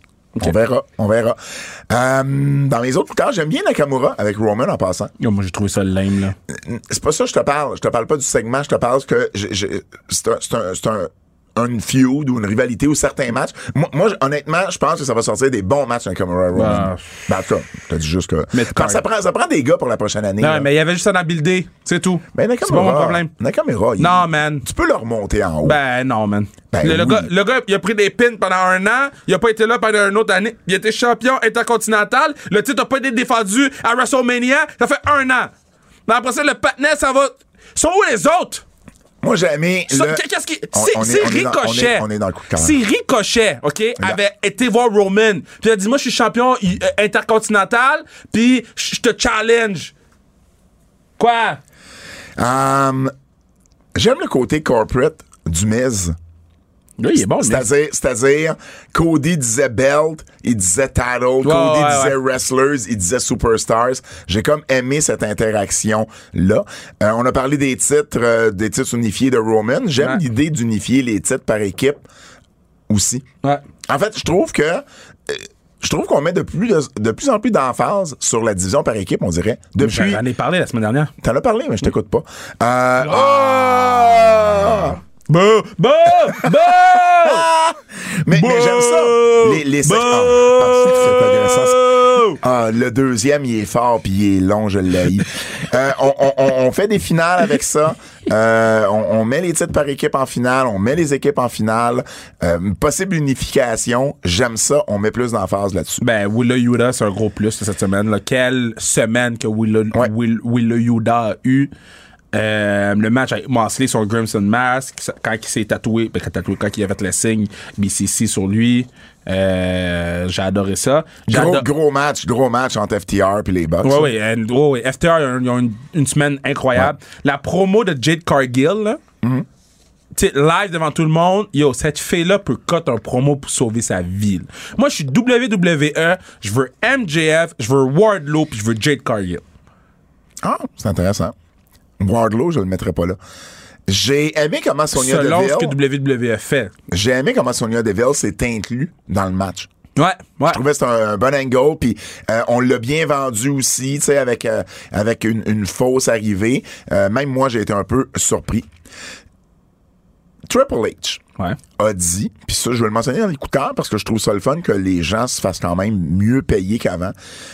B: On verra, on verra. Euh, dans les autres cas, j'aime bien Nakamura avec Roman en passant.
C: Yo, moi, j'ai trouvé ça lame, là.
B: C'est pas ça que je te parle. Je te parle pas du segment. Je te parle que j'ai- j'ai- c'est un, c'est un, c'est un- une feud ou une rivalité ou certains matchs. Moi, moi, j- honnêtement, je pense que ça va sortir des bons matchs Nakamura Roman.
C: Ben,
B: Ben, en tout cas, je te dis juste que.
C: Mais tu
B: Parce que ça
C: parles.
B: prend, ça prend des gars pour la prochaine année.
C: Non,
B: là.
C: mais il y avait juste un buildé. C'est tout.
B: Ben,
C: c'est pas
B: Nakamura.
C: mon problème.
B: Nakamura, il-
C: Non, man.
B: Tu peux le remonter en haut.
C: Ben, non, man.
B: Ben,
C: le, le
B: oui.
C: gars, le gars, il a pris des pins pendant un an. Il a pas été là pendant une autre année. Il était champion intercontinental. Le titre a pas été défendu à WrestleMania. Ça fait un an. Mais après ça, le patinet, ça va. Sont où les autres?
B: Moi, j'ai aimé.
C: Ça,
B: le-
C: Qu'est-ce qui.
B: On-
C: Si,
B: on est-
C: si
B: on est dans-
C: Ricochet.
B: on est- on est dans le coup de cœur.
C: Si Ricochet, OK, avait été voir Roman, puis il a dit Moi, je suis champion i- euh, intercontinental, puis je je te challenge. Quoi
B: Euh, J'aime le côté corporate du Miz.
C: Là, il est bon,
B: C'est-à-dire, c'est-à-dire, Cody disait belt, il disait title, Cody
C: ouais,
B: disait
C: ouais.
B: wrestlers, il disait superstars. J'ai comme aimé cette interaction là. on a parlé des titres, euh, des titres unifiés de Roman. J'aime
C: Ouais.
B: l'idée d'unifier les titres par équipe aussi.
C: Ouais.
B: En fait, je trouve que euh, je trouve qu'on met de plus de, de plus en plus d'emphase sur la division par équipe, on dirait. Depuis,
C: J'en ai parlé la semaine dernière.
B: t'en as parlé, mais je t'écoute pas. Euh, ah!
C: Bah, bah, bah
B: Mais, mais j'aime ça. Les, les sec- Ah, ah, c'est que c'est agressant, ça. Ah, le deuxième, il est fort puis il est long, je l'ai. euh, on, on- on- on fait des finales avec ça. Euh, on, on met les titres par équipe en finale, on met les équipes en finale. Euh, possible unification, j'aime ça. On met plus d'emphase là-dessus.
C: Ben, Willa Yuda, c'est un gros plus cette semaine. là. Quelle semaine que Willa,
B: Ouais.
C: Will- Willa Yuda a eu. Euh, le match avec Mosley sur Grimson Mask, ça- quand il s'est tatoué, ben, quand, tatoué, quand il avait fait le signe BCC sur lui, euh, j'ai adoré ça.
B: Gros,
C: J'adore-
B: gros match, gros match entre FTR puis les Bucks.
C: Ouais, ouais, and- ouais, ouais. FTR, ils ont- ils ont une, une semaine incroyable. La promo de Jade Cargill, là, tu sais, live devant tout le monde, yo, cette fille-là peut coter un promo pour sauver sa ville. Moi, je suis WWE, je veux MJF, je veux Wardlow, puis je veux Jade Cargill.
B: Ah, c'est intéressant. Wardlow, je le mettrai pas là. J'ai aimé comment Sonia
C: Selon ce
B: Deville,
C: que WWE fait.
B: j'ai aimé comment Sonia Deville s'est inclue dans le match.
C: Ouais, ouais.
B: Je trouvais que c'était un, un bon angle, puis euh, on l'a bien vendu aussi, tu sais, avec, euh, avec une, une fausse arrivée. Euh, même moi, j'ai été un peu surpris. Triple H.
C: Ouais.
B: a dit, puis ça, je vais le mentionner dans l'écouteur parce que je trouve ça le fun que les gens se fassent quand même mieux payer qu'avant,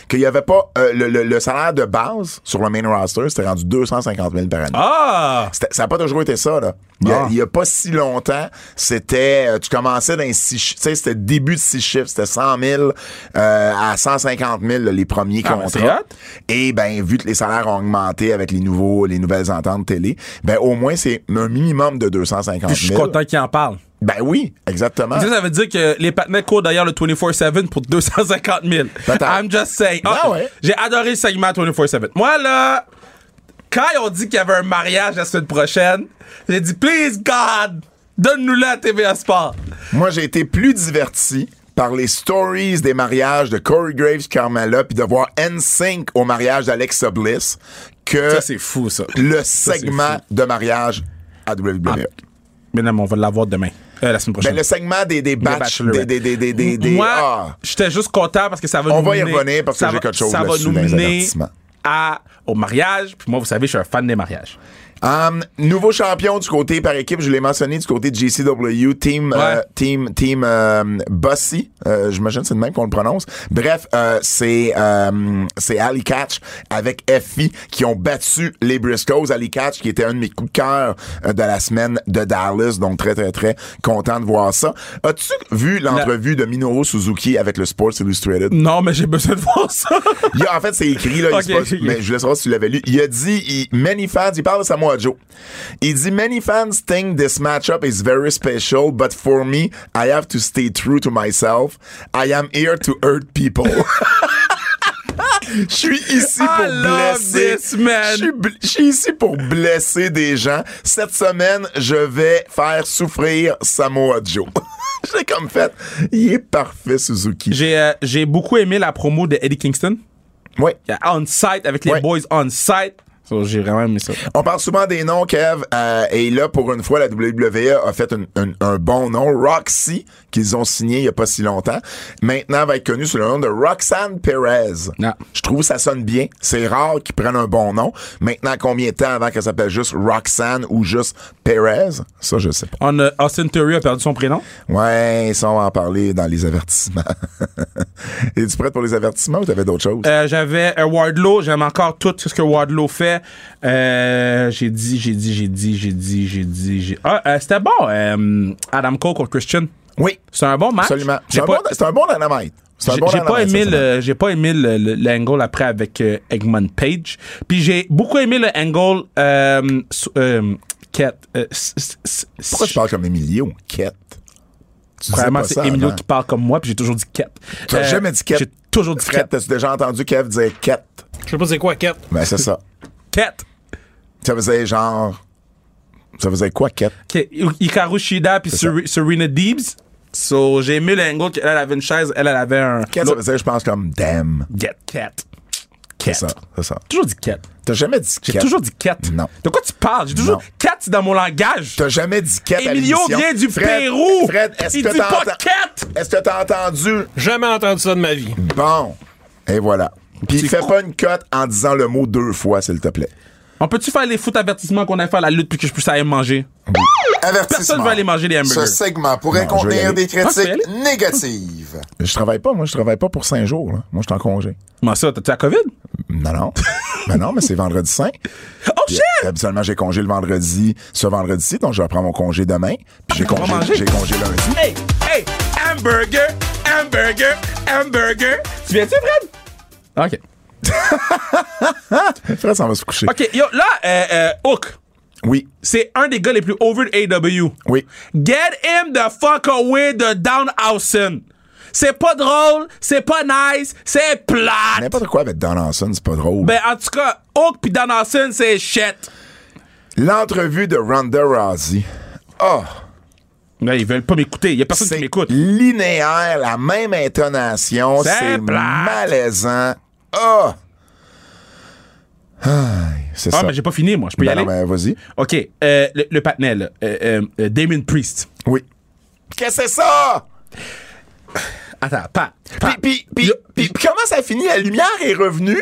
B: qu'il n'y avait pas euh, le, le- le salaire de base sur le main roster, c'était rendu 250 000 par année.
C: Ah!
B: C'était- Ça n'a pas toujours été ça, là. Il y a-
C: Ah.
B: il y a, pas si longtemps, c'était, euh, tu commençais dans les six, chi- tu sais, c'était début de six chiffres, c'était 100 000 euh, à 150 000, là, les premiers
C: Ah, ben,
B: contrats.
C: c'est
B: Et ben, vu que les salaires ont augmenté avec les nouveaux, les nouvelles ententes télé, ben, au moins, c'est un minimum de 250 000.
C: Puis je suis content qu'il en parle.
B: Ben oui, exactement.
C: Ça, ça veut dire que les patinets courent d'ailleurs le 24-7 pour 250 000.
B: Peut-être.
C: I'm just saying. Ah,
B: Ben, Ah ouais.
C: J'ai adoré le segment 24-7. Moi, là, quand ils ont dit qu'il y avait un mariage la semaine prochaine, j'ai dit, please God, donne-nous-le à TVA Sport.
B: Moi, j'ai été plus diverti par les stories des mariages de Corey Graves, Carmela, puis de voir NSYNC au mariage d'Alexa Bliss que
C: Ça, c'est fou, ça.
B: le
C: c'est Ah,
B: segment de mariage à WWE.
C: Mais non, mais on va l'avoir demain. Euh, la semaine prochaine.
B: Ben, le segment des, des batchs, des,
C: Bachelorette.
B: des, des, des, des, des-
C: Moi,
B: ah.
C: j'étais juste content parce que ça va
B: On
C: nous
B: va y
C: mener-
B: revenir parce que
C: ça
B: j'ai
C: va-
B: quelque chose
C: Ça va
B: là-dessus
C: nous
B: dans les
C: mener
B: avertissements.
C: à, au mariage. Puis moi, vous savez, je suis un fan des mariages.
B: Um, nouveau champion du côté par équipe, je l'ai mentionné, du côté de GCW, Team, euh,
C: Ouais.
B: team, team euh, Bossy, euh, j'imagine que c'est le même qu'on le prononce. Bref, euh, c'est euh, c'est Ali Catch avec FI qui ont battu les Briscoes. Ali Catch qui était un de mes coups de cœur euh, de la semaine de Dallas, donc très, très, très content de voir ça. As-tu vu l'entrevue de Minoru Suzuki avec le Sports Illustrated?
C: Non, mais j'ai besoin de voir ça.
B: Il a- en fait, c'est écrit, là. il
C: Ok,
B: se passe-
C: ok.
B: Mais je voulais savoir si tu l'avais lu. Il a dit, il- many fans, il parle de Samoa Joe. Il dit, many fans think this matchup is very special, but for me, I have to stay true to myself. I am here to hurt people. Je suis ici
C: I
B: pour
C: love
B: blesser.
C: this man.
B: Je suis bl- je suis ici pour blesser des gens. Cette semaine, je vais faire souffrir Samoa Joe. J'ai comme fait, il est parfait Suzuki.
C: J'ai euh, j'ai beaucoup aimé la promo de Eddie Kingston.
B: Ouais.
C: On site avec les
B: Ouais.
C: boys on site. So, j'ai vraiment aimé ça.
B: On parle souvent des noms, Kev, euh, et là, pour une fois, la WWE a fait une- une- un bon nom, Roxy, qu'ils ont signé il n'y a pas si longtemps. Maintenant, va être connu sous le nom de Roxanne Perez.
C: Ah.
B: Je trouve que ça sonne bien. C'est rare qu'ils prennent un bon nom. Maintenant, combien de temps avant qu'elle s'appelle juste Roxanne ou juste Perez? Ça, je sais pas.
C: On, euh, Austin Theory a perdu son prénom.
B: Ouais, ça, on va en parler dans les avertissements. Es-tu prête pour les avertissements ou t'avais d'autres choses?
C: Euh, J'avais euh, Wardlow. J'aime encore tout ce que Wardlow fait. Euh, j'ai dit, j'ai dit, j'ai dit, j'ai dit, j'ai dit. j'ai- Ah, euh, c'était bon. euh, Adam Cole contre Christian.
B: oui,
C: C'est un bon match.
B: absolument.
C: J'ai
B: C'est un,
C: pas,
B: bon, c'est un bon dynamite. C'est un
C: j'ai-
B: bon
C: j'ai pas
B: dynamite,
C: aimé
B: ça, ça.
C: le, j'ai pas aimé le, le- le angle après avec euh, Eggman Page. Puis j'ai beaucoup aimé le angle euh, s- euh, Cat. euh, s- s- s-
B: Pourquoi tu parles comme Emilio? Quête. Tu disais
C: Vraiment,
B: pas
C: c'est
B: ça
C: Emilio
B: avant.
C: qui parle comme moi, puis j'ai toujours dit Cat.
B: Tu n'as jamais dit quête.
C: J'ai toujours dit
B: Fred,
C: Cat.
B: t'as-tu déjà entendu Kev dire quête?
A: Je sais pas c'est quoi, quête.
B: Ben, c'est ça.
C: Cat.
B: Ça faisait genre. Ça faisait quoi, quête?
C: Ok, Hikaru Shida puis Seri- Serena Deebs. So, j'ai aimé le angle qu'elle elle avait une chaise, elle, elle avait un.
B: Quête, ça faisait, je pense, comme damn.
C: Get Cat.
B: C'est
C: Cat.
B: ça, c'est ça.
C: Toujours dit Cat.
B: T'as jamais dit
C: J'ai
B: quête.
C: toujours dit Cat.
B: Non.
C: De quoi tu parles? J'ai toujours.
B: Non.
C: Cat, c'est dans mon langage.
B: T'as jamais dit quête à
C: Emilio
B: l'émission.
C: vient du
B: Fred,
C: Pérou.
B: Fred, est-ce
C: Il
B: que
C: dit
B: t'as
C: pas
B: enten-
C: quête.
B: Est-ce que t'as entendu?
A: Jamais entendu ça de ma vie.
B: Bon. Et voilà. Puis
C: Petit
B: fais
C: coup.
B: pas une cote en disant le mot deux fois, s'il te plaît.
C: On peut-tu faire les foot avertissements qu'on a fait à la lutte puis que je puisse aller manger?
D: Avertissement.
C: Personne veut aller manger des hamburgers.
D: Ce segment pourrait
B: Non, je vais y
D: contenir
B: aller.
D: des
C: Ah, tu
D: critiques
C: veux y
D: négatives.
B: Je travaille pas, moi, je travaille pas pour cinq jours. là. Moi, je suis en congé.
C: Comment ça? T'as-tu la COVID?
B: Non, non. ben non, mais c'est vendredi saint.
C: Oh shit!
B: Habituellement, j'ai congé le vendredi, ce vendredi-ci, donc je vais prendre mon congé demain. Puis j'ai
C: On va
B: congé,
C: manger.
B: j'ai congé lundi.
C: Hey, hey, hamburger, hamburger, hamburger. Tu viens-tu, Fred? OK.
B: Fred, ça va se coucher.
C: OK, yo, là, euh, euh, Hook,
B: Oui,
C: c'est un des gars les plus over de AW.
B: oui.
C: Get him the fuck away de Downhausen. C'est pas drôle, c'est pas nice, c'est plate.
B: N'importe quoi avec Don Hanson, c'est pas drôle.
C: Ben, en tout cas, Hook pis Downhausen, c'est shit.
B: L'entrevue de Ronda Rousey. Ah!
C: Mais ils veulent pas m'écouter. Y a personne qui
B: c'est
C: m'écoute.
B: linéaire, la même intonation,
C: C'est
B: c'est
C: plate.
B: malaisant. Ah! Ah, c'est
C: Ah,
B: ça.
C: mais j'ai pas fini, moi. Je peux y
B: Ben
C: aller?
B: non, mais vas-y.
C: OK, euh, le, le patinet, là. Euh, euh, euh, Damien Priest.
B: Oui. Qu'est-ce que c'est ça?
C: Attends, pas.
B: Puis, puis, puis, puis, puis comment ça finit? La lumière est revenue.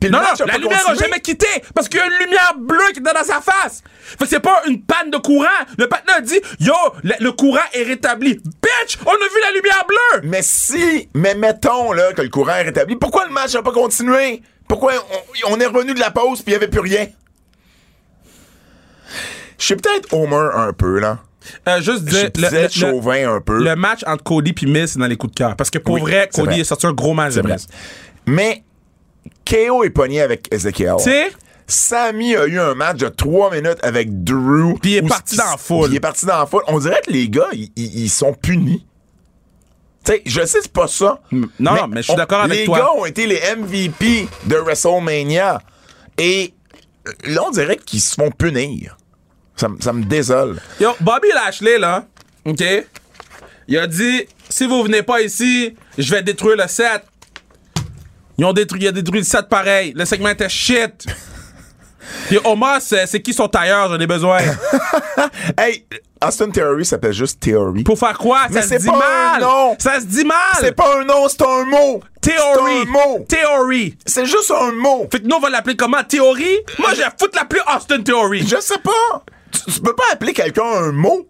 B: Puis le
C: Non,
B: match
C: non,
B: a
C: la
B: pas
C: lumière a
B: continué.
C: jamais quitté parce qu'il y a une lumière bleue qui était dans sa face. Fait que c'est pas une panne de courant. Le patin a dit Yo, le, le courant est rétabli. Bitch, on a vu la lumière bleue.
B: Mais si, mais mettons là, que le courant est rétabli, pourquoi le match n'a pas continué? Pourquoi on, on est revenu de la pause puis il n'y avait plus rien? Je suis peut-être Homer un peu, là.
C: Euh, juste
B: Je suis
C: dire, le,
B: peut-être
C: le- le-
B: chauvin un peu.
C: le match entre Cody puis Miz, c'est dans les coups de cœur. Parce que pour
B: Oui,
C: vrai,
B: c'est
C: Cody
B: vrai.
C: est sorti un gros match
B: C'est
C: de
B: vrai.
C: Miz.
B: Mais KO est pogné avec Ezekiel.
C: Tu sais,
B: Sammy a eu un match de 3 minutes avec Drew.
C: Puis il est
B: où-
C: parti dans la foule.
B: Il est parti dans la foule. On dirait que les gars, ils- ils ils sont punis. Tu sais, je sais, c'est pas ça.
C: non, mais je suis
B: on-
C: d'accord avec toi.
B: Les gars ont été les MVP de WrestleMania. Et euh, là, on dirait qu'ils se font punir. Ça, me- ça me désole.
C: Yo, Bobby Lashley, là, OK? Il a dit si vous venez pas ici, je vais détruire le set. Ils ont détruit, il a détruit le set pareil. Le segment était shit. Puis Omar, c'est c'est qui son tailleur, j'en ai besoin.
B: Hey, Austin Theory s'appelle juste Theory.
C: Pour faire quoi?
B: Mais
C: Ça se
B: c'est
C: dit
B: pas un
C: mal.
B: nom.
C: Ça se dit mal.
B: C'est pas un nom, c'est un mot. C'est un
C: Théorie.
B: mot.
C: Théorie.
B: C'est juste un mot.
C: Fait que nous, on va l'appeler comment? Théorie? Moi, je vais foutre l'appeler Austin Theory.
B: Je sais pas. Tu, tu peux pas appeler quelqu'un un mot.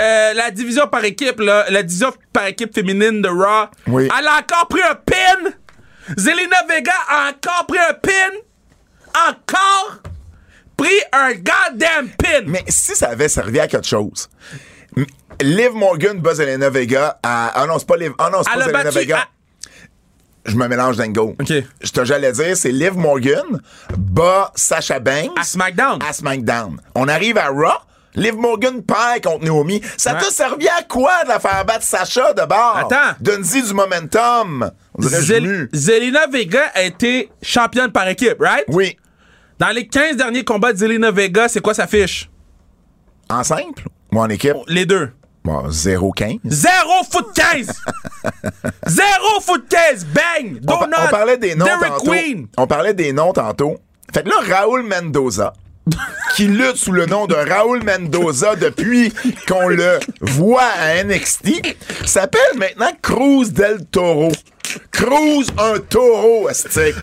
C: Euh, la division par équipe, là, la division par équipe féminine de Raw,
B: Oui.
C: elle a encore pris un pin. Zelina Vega a encore pris un pin. Encore pris un goddamn pin.
B: Mais si ça avait servi à quelque chose. M- Liv Morgan bat Zelena Vega à. Ah non, c'est pas Liv. Ah non, c'est
C: Elle
B: pas
C: a
B: Zelena
C: battu
B: Vega.
C: à-
B: Je me mélange d'angle.
C: OK.
B: Je te j'allais dire, c'est Liv Morgan bat Sasha Banks
C: À SmackDown.
B: à SmackDown. On arrive à Raw. Liv Morgan perd contre Naomi. Ça
C: Ouais.
B: t'a servi à quoi de la faire battre Sasha de bord?
C: Attends.
B: Donne-y du momentum. On dirait
C: Zel-
B: Jemu.
C: Zelina Vega a été championne par équipe, right?
B: Oui.
C: Dans les 15 derniers combats de Zelina Vega, c'est quoi sa fiche?
B: En simple ou en équipe?
C: Les deux.
B: Bon, 0-15.
C: Zéro foot 15! Zéro foot 15! Bang!
B: On, pa-
C: Donut!
B: on parlait des noms
C: Derrick
B: tantôt.
C: Queen!
B: On parlait des noms tantôt. Fait que là, Raoul Mendoza, qui lutte sous le nom de Raoul Mendoza depuis qu'on le voit à NXT, s'appelle maintenant Cruz del Toro. Cruz un taureau, stick.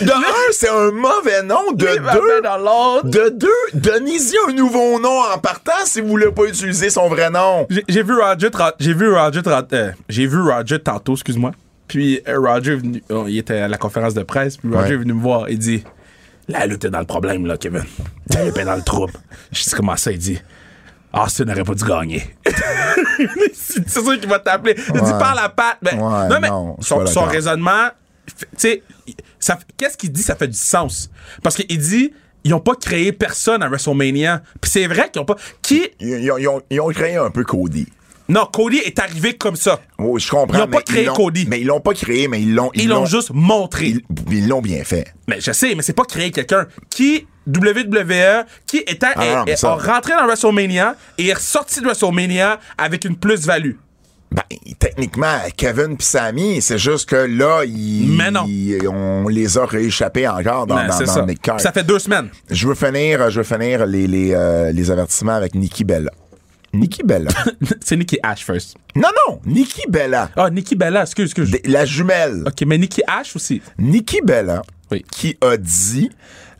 B: De un, c'est un mauvais nom. De
C: ma
B: deux,
C: main dans l'autre.
B: de deux, donnez-y un nouveau nom en partant si vous voulez pas utiliser son vrai nom.
C: J'ai- J'ai vu Roger tra- j'ai vu Roger tra- euh, j'ai vu Roger tantôt, excuse-moi. Puis euh, Roger est venu, oh, il était à la conférence de presse, puis Roger
B: Ouais.
C: est venu me voir et dit "La lutte est dans le problème là, Kevin. La lutte est dans le trouble." Je dis comment ça il dit Austin n'aurait pas dû gagner. c'est c'est sûr qu'il va t'appeler. Il dit
B: Ouais.
C: par la patte. Ben,
B: Ouais,
C: non, mais
B: non, je suis
C: son,
B: pas
C: son
B: d'accord.
C: raisonnement, fait- tu sais, il- ça fait- qu'est-ce qu'il dit, ça fait du sens. Parce qu'il dit, ils n'ont pas créé personne à WrestleMania. Puis c'est vrai qu'ils n'ont pas. Qui
B: Ils, ils ont- ils ont- ils ont créé un peu Cody.
C: non, Cody est arrivé comme ça.
B: Oh, je comprends.
C: Ils ont
B: mais
C: pas créé
B: l'ont-
C: Cody.
B: Mais ils l'ont pas créé, mais ils l'ont.
C: Ils l'ont juste montré.
B: Ils ils l'ont bien fait.
C: Mais je sais, mais c'est pas créer quelqu'un qui WWE qui était
B: Ah,
C: est-
B: non, mais
C: est-
B: ça-
C: a rentré dans WrestleMania et est ressorti de WrestleMania avec une plus-value.
B: Ben, techniquement, Kevin pis Sammy, c'est juste que là, ils,
C: Mais non.
B: ils- on les a rééchappés encore dans,
C: Ben,
B: dans,
C: c'est
B: dans
C: ça.
B: le cœur.
C: Ça fait deux semaines.
B: Je veux finir, je veux finir les, les, euh, les avertissements avec Nikki Bella. Nikki Bella.
C: c'est Nikki Ash first.
B: non, non, Nikki Bella.
C: Ah, Nikki Bella, excuse, excuse.
B: Des- La jumelle.
C: OK, mais Nikki Ash aussi.
B: Nikki Bella,
C: Oui.
B: qui a dit,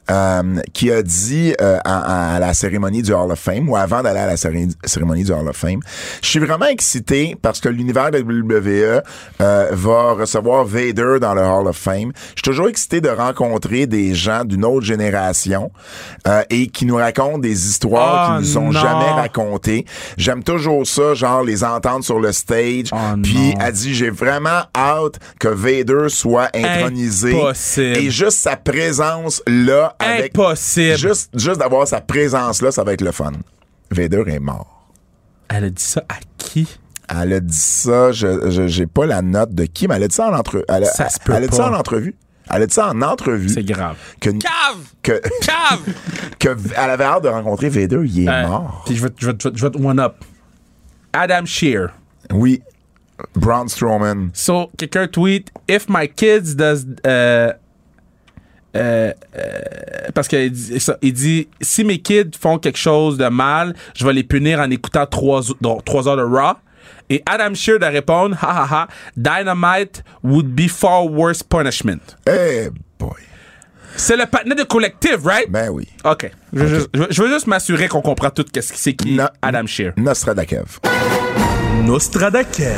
B: euh, qui a dit euh, à, à la cérémonie du Hall of Fame, ou avant d'aller à la céré- cérémonie du Hall of Fame, je suis vraiment excité parce que l'univers de WWE euh, va recevoir Vader dans le Hall of Fame. Je suis toujours excité de rencontrer des gens d'une autre génération euh, et qui nous racontent des histoires
C: Ah,
B: qui nous ont
C: non.
B: jamais racontées. J'aime toujours ça, genre les entendre sur le stage.
C: Ah,
B: Puis
C: non.
B: elle dit, j'ai vraiment hâte que Vader soit intronisé.
C: Impossible.
B: Et juste sa présence là avec
C: Impossible.
B: juste juste d'avoir sa présence là, ça va être le fun. Vader est mort.
C: Elle a dit ça à qui?
B: Elle a dit ça, je je- j'ai pas la note de qui, mais elle a dit ça en entrevue. Elle a,
C: Ça se peut
B: elle a dit ça
C: pas.
B: en entrevue. Elle a dit ça en entrevue.
C: C'est grave.
B: Que,
A: Cave!
B: que,
A: Cave!
B: que v- elle avait hâte de rencontrer Vader, il est
C: Euh,
B: mort.
C: Puis je vais te- je vais te- je vais te one-up. Adam Shear.
B: Oui. Braun Strowman.
C: So, quelqu'un tweet If my kids does. euh, euh, euh, parce qu'il dit, ça- il dit si mes kids font quelque chose de mal, je vais les punir en écoutant trois, donc, trois heures de Raw. Et Adam Shear de répondre, ha ha ha, Dynamite would be far worse punishment.
B: Eh boy.
C: C'est le patinet de collective, right?
B: Ben oui.
C: OK. Je, veux juste- je veux- je veux juste m'assurer qu'on comprend tout qu'est-ce que c'est qui
B: Na-
C: Adam Shear.
B: Nostradakev.
C: Nostradakev.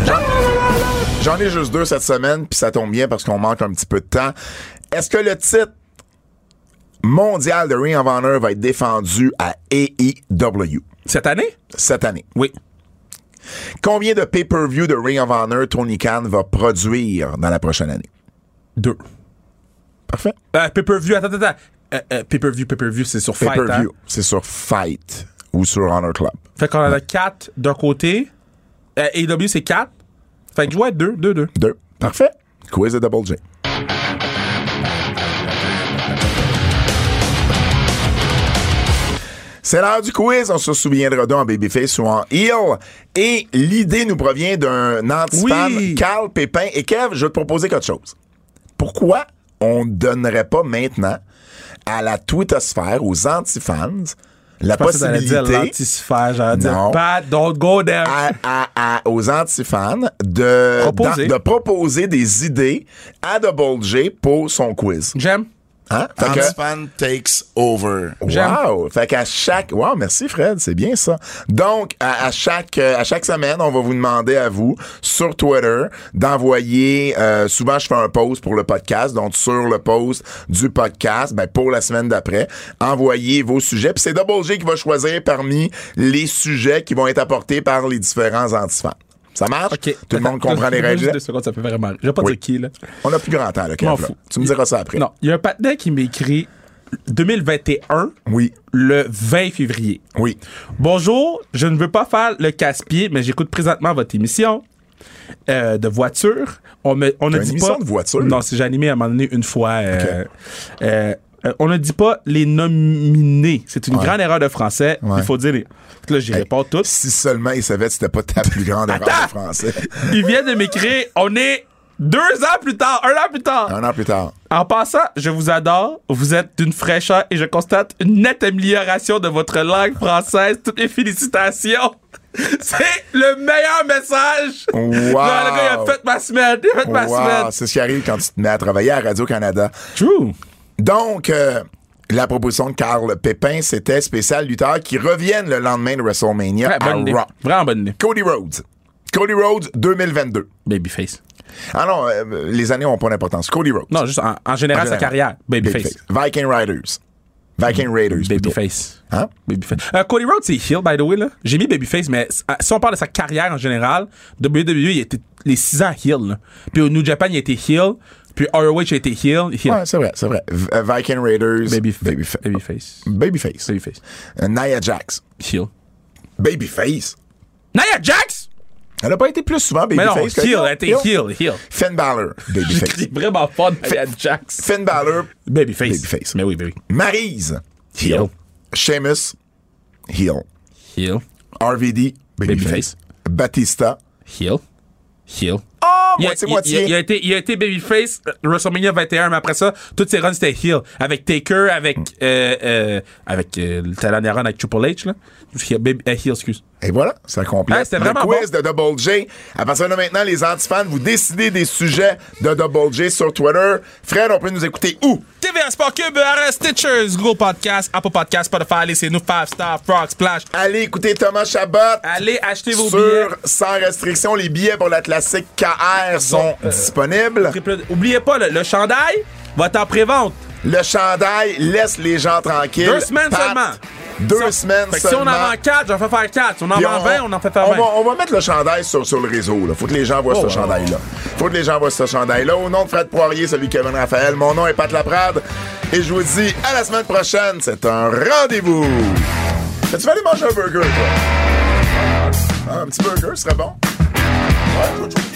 B: J'en ai juste deux cette semaine, puis ça tombe bien parce qu'on manque un petit peu de temps. Est-ce que le titre mondial de Ring of Honor va être défendu à AEW
C: Cette année?
B: cette année?
C: Oui.
B: Combien de pay-per-view de Ring of Honor Tony Khan va produire dans la prochaine année?
C: Deux.
B: Parfait.
C: Euh, pay-per-view, attends, attends, attends. Euh, euh, pay-per-view, pay-per-view, c'est sur Fight. hein.
B: Pay-per-view, c'est sur Fight ou sur Honor Club.
C: Fait qu'on en a quatre d'un côté. Euh, AEW, c'est quatre. Fait que ouais, deux, deux, deux.
B: Deux. Parfait. Quiz de Double J. C'est l'heure du quiz. On se souviendra d'un en Babyface ou en Heel. Et l'idée nous provient d'un anti-fan,
C: Oui.
B: Carl Pépin. Et Kev, je vais te proposer quelque chose. Pourquoi on ne donnerait pas maintenant à la twittosphère, aux anti-fans, la
C: Je pensais que t'allais dire
B: possibilité
C: l'antisphère, j'allais dire
B: Non.
C: Pat, don't go there.
B: à- à- à- aux antifans de
C: Proposer.
B: d'en- de proposer des idées à Double J pour son quiz.
C: J'aime.
B: Hein? Fait que-
D: Antispan takes over.
C: J'aime.
B: Wow! Fait qu'à chaque. Wow, merci Fred, c'est bien ça. Donc, à, à chaque, euh, à chaque semaine, on va vous demander à vous, sur Twitter, d'envoyer. euh, souvent, je fais un post pour le podcast, donc sur le post du podcast, ben, pour la semaine d'après, envoyez vos sujets. Puis c'est Double G qui va choisir parmi les sujets qui vont être apportés par les différents antifans. Ça marche?
C: OK.
B: Tout le monde comprend les règles.
C: Juste deux secondes, ça fait vraiment. Je vais pas
B: Oui.
C: dire qui, là.
B: On a plus grand temps, là, Kev,
C: M'en
B: là.
C: fous.
B: Tu me diras ça après.
C: Non, il y a un patinet qui m'écrit 2021,
B: Oui.
C: le 20 février.
B: Oui.
C: Bonjour, je ne veux pas faire le casse-pied, mais j'écoute présentement votre émission euh, de voiture. On, me, on ne
B: Une
C: dit
B: émission
C: pas.
B: de voiture?
C: Non, c'est j'ai animé à un moment donné une fois. euh, euh, euh, on ne dit pas les nominés. C'est une grande erreur de français.
B: Ouais.
C: Il faut dire les. Là, j'y réponds tous.
B: Si seulement il savait que c'était pas ta plus grande erreur de
C: Attends!
B: français.
C: Il vient de m'écrire. On est deux ans plus tard, un an plus tard.
B: Un an plus tard.
C: En passant, je vous adore. Vous êtes d'une fraîcheur et je constate une nette amélioration de votre langue française. Toutes mes félicitations. C'est le meilleur message.
B: Wow.
C: Non, le gars, il a fait ma semaine. Il a fait ma
B: Wow,
C: semaine.
B: c'est ce qui arrive quand tu te mets à travailler à Radio-Canada.
C: True.
B: Donc, euh, la proposition de Carl Pépin, c'était spécial lutteur qui reviennent le lendemain de WrestleMania à
C: bonne idée.
B: Raw.
C: Vraiment bonne idée.
B: Cody Rhodes. Cody Rhodes 2022.
C: Babyface.
B: Ah non, euh, les années n'ont pas d'importance. Cody Rhodes.
C: Non, juste en, en général, sa carrière. Babyface.
B: Babyface. Viking Riders. Viking Raiders. plutôt.
C: Babyface.
B: Hein?
C: Babyface. Euh, Cody Rhodes, c'est heel, by the way. là. J'ai mis Babyface, mais s- si on parle de sa carrière en général, WWE, il était les 6 ans heel. là. Puis au New Japan, il était heel. Puis ROH, il était heel. heel.
B: Ouais, c'est vrai, c'est vrai. V- euh, Viking Raiders.
C: Babyfa-
B: Babyfa-
C: Babyface.
B: Babyface.
C: Babyface.
B: Euh, Nia Jax.
C: Heel.
B: Babyface.
C: Nia Jax!
B: Elle n'a pas été plus souvent
C: Mais
B: Babyface.
C: non,
B: que-
C: heel, elle était heel, heel.
B: Finn Balor. Babyface.
C: C'est vraiment fun, Nia Jax.
B: Finn Balor,
C: Babyface.
B: Babyface.
C: Mais oui, baby.
B: Maryse,
C: Heel.
B: Sheamus, heel.
C: Heel.
B: RVD,
C: Babyface.
B: babyface. Batista.
C: Heel. Heel.
B: Ah,
C: Il a,
B: moitié,
C: il- il- il a
B: moitié.
C: été, il a été Babyface, euh, WrestleMania 21, mais après ça, toutes ses runs c'était heel. Avec Taker, avec, euh, euh, avec euh, le talent run avec Triple H, là. Heel, baby- euh, heel, excuse.
B: Et voilà, ça
C: Hey,
B: complète
C: Ah, c'était
B: le
C: vraiment
B: quiz de Double J. À partir de maintenant, les antifans, vous décidez des sujets de Double J sur Twitter. Fred, on peut nous écouter où?
C: TVA Sport Cube, RS Stitchers, Google Podcast, Apple Podcast, Spotify, laissez-nous 5 Star, Frog Splash.
B: Allez écouter Thomas Chabot.
C: Allez acheter vos billets.
B: Sur Sans Restriction, les billets pour la classique KR sont
C: euh,
B: disponibles.
C: Triple- Oubliez pas, le, le chandail va être en pré-vente.
B: Le chandail laisse les gens tranquilles.
C: Deux semaines
B: Pat,
C: seulement.
B: Deux
C: Ça-
B: semaines
C: Fait que si on
B: seulement.
C: en vend 4, j'en fais faire 4. Si on en
B: Puis
C: vend 20, on en fait Oh, faire
B: on
C: 20.
B: va, on va mettre le chandail sur, sur le réseau. Là. Faut que les gens voient ce chandail-là. Faut que les gens voient ce chandail-là. Au nom de Fred Poirier, celui de Kevin Raphaël, mon nom est Pat Laprade. Et je vous dis à la semaine prochaine. C'est un rendez-vous. Mais tu vas aller manger un burger, toi? Ah, Un petit burger, ce serait bon. Ouais, toi, tu-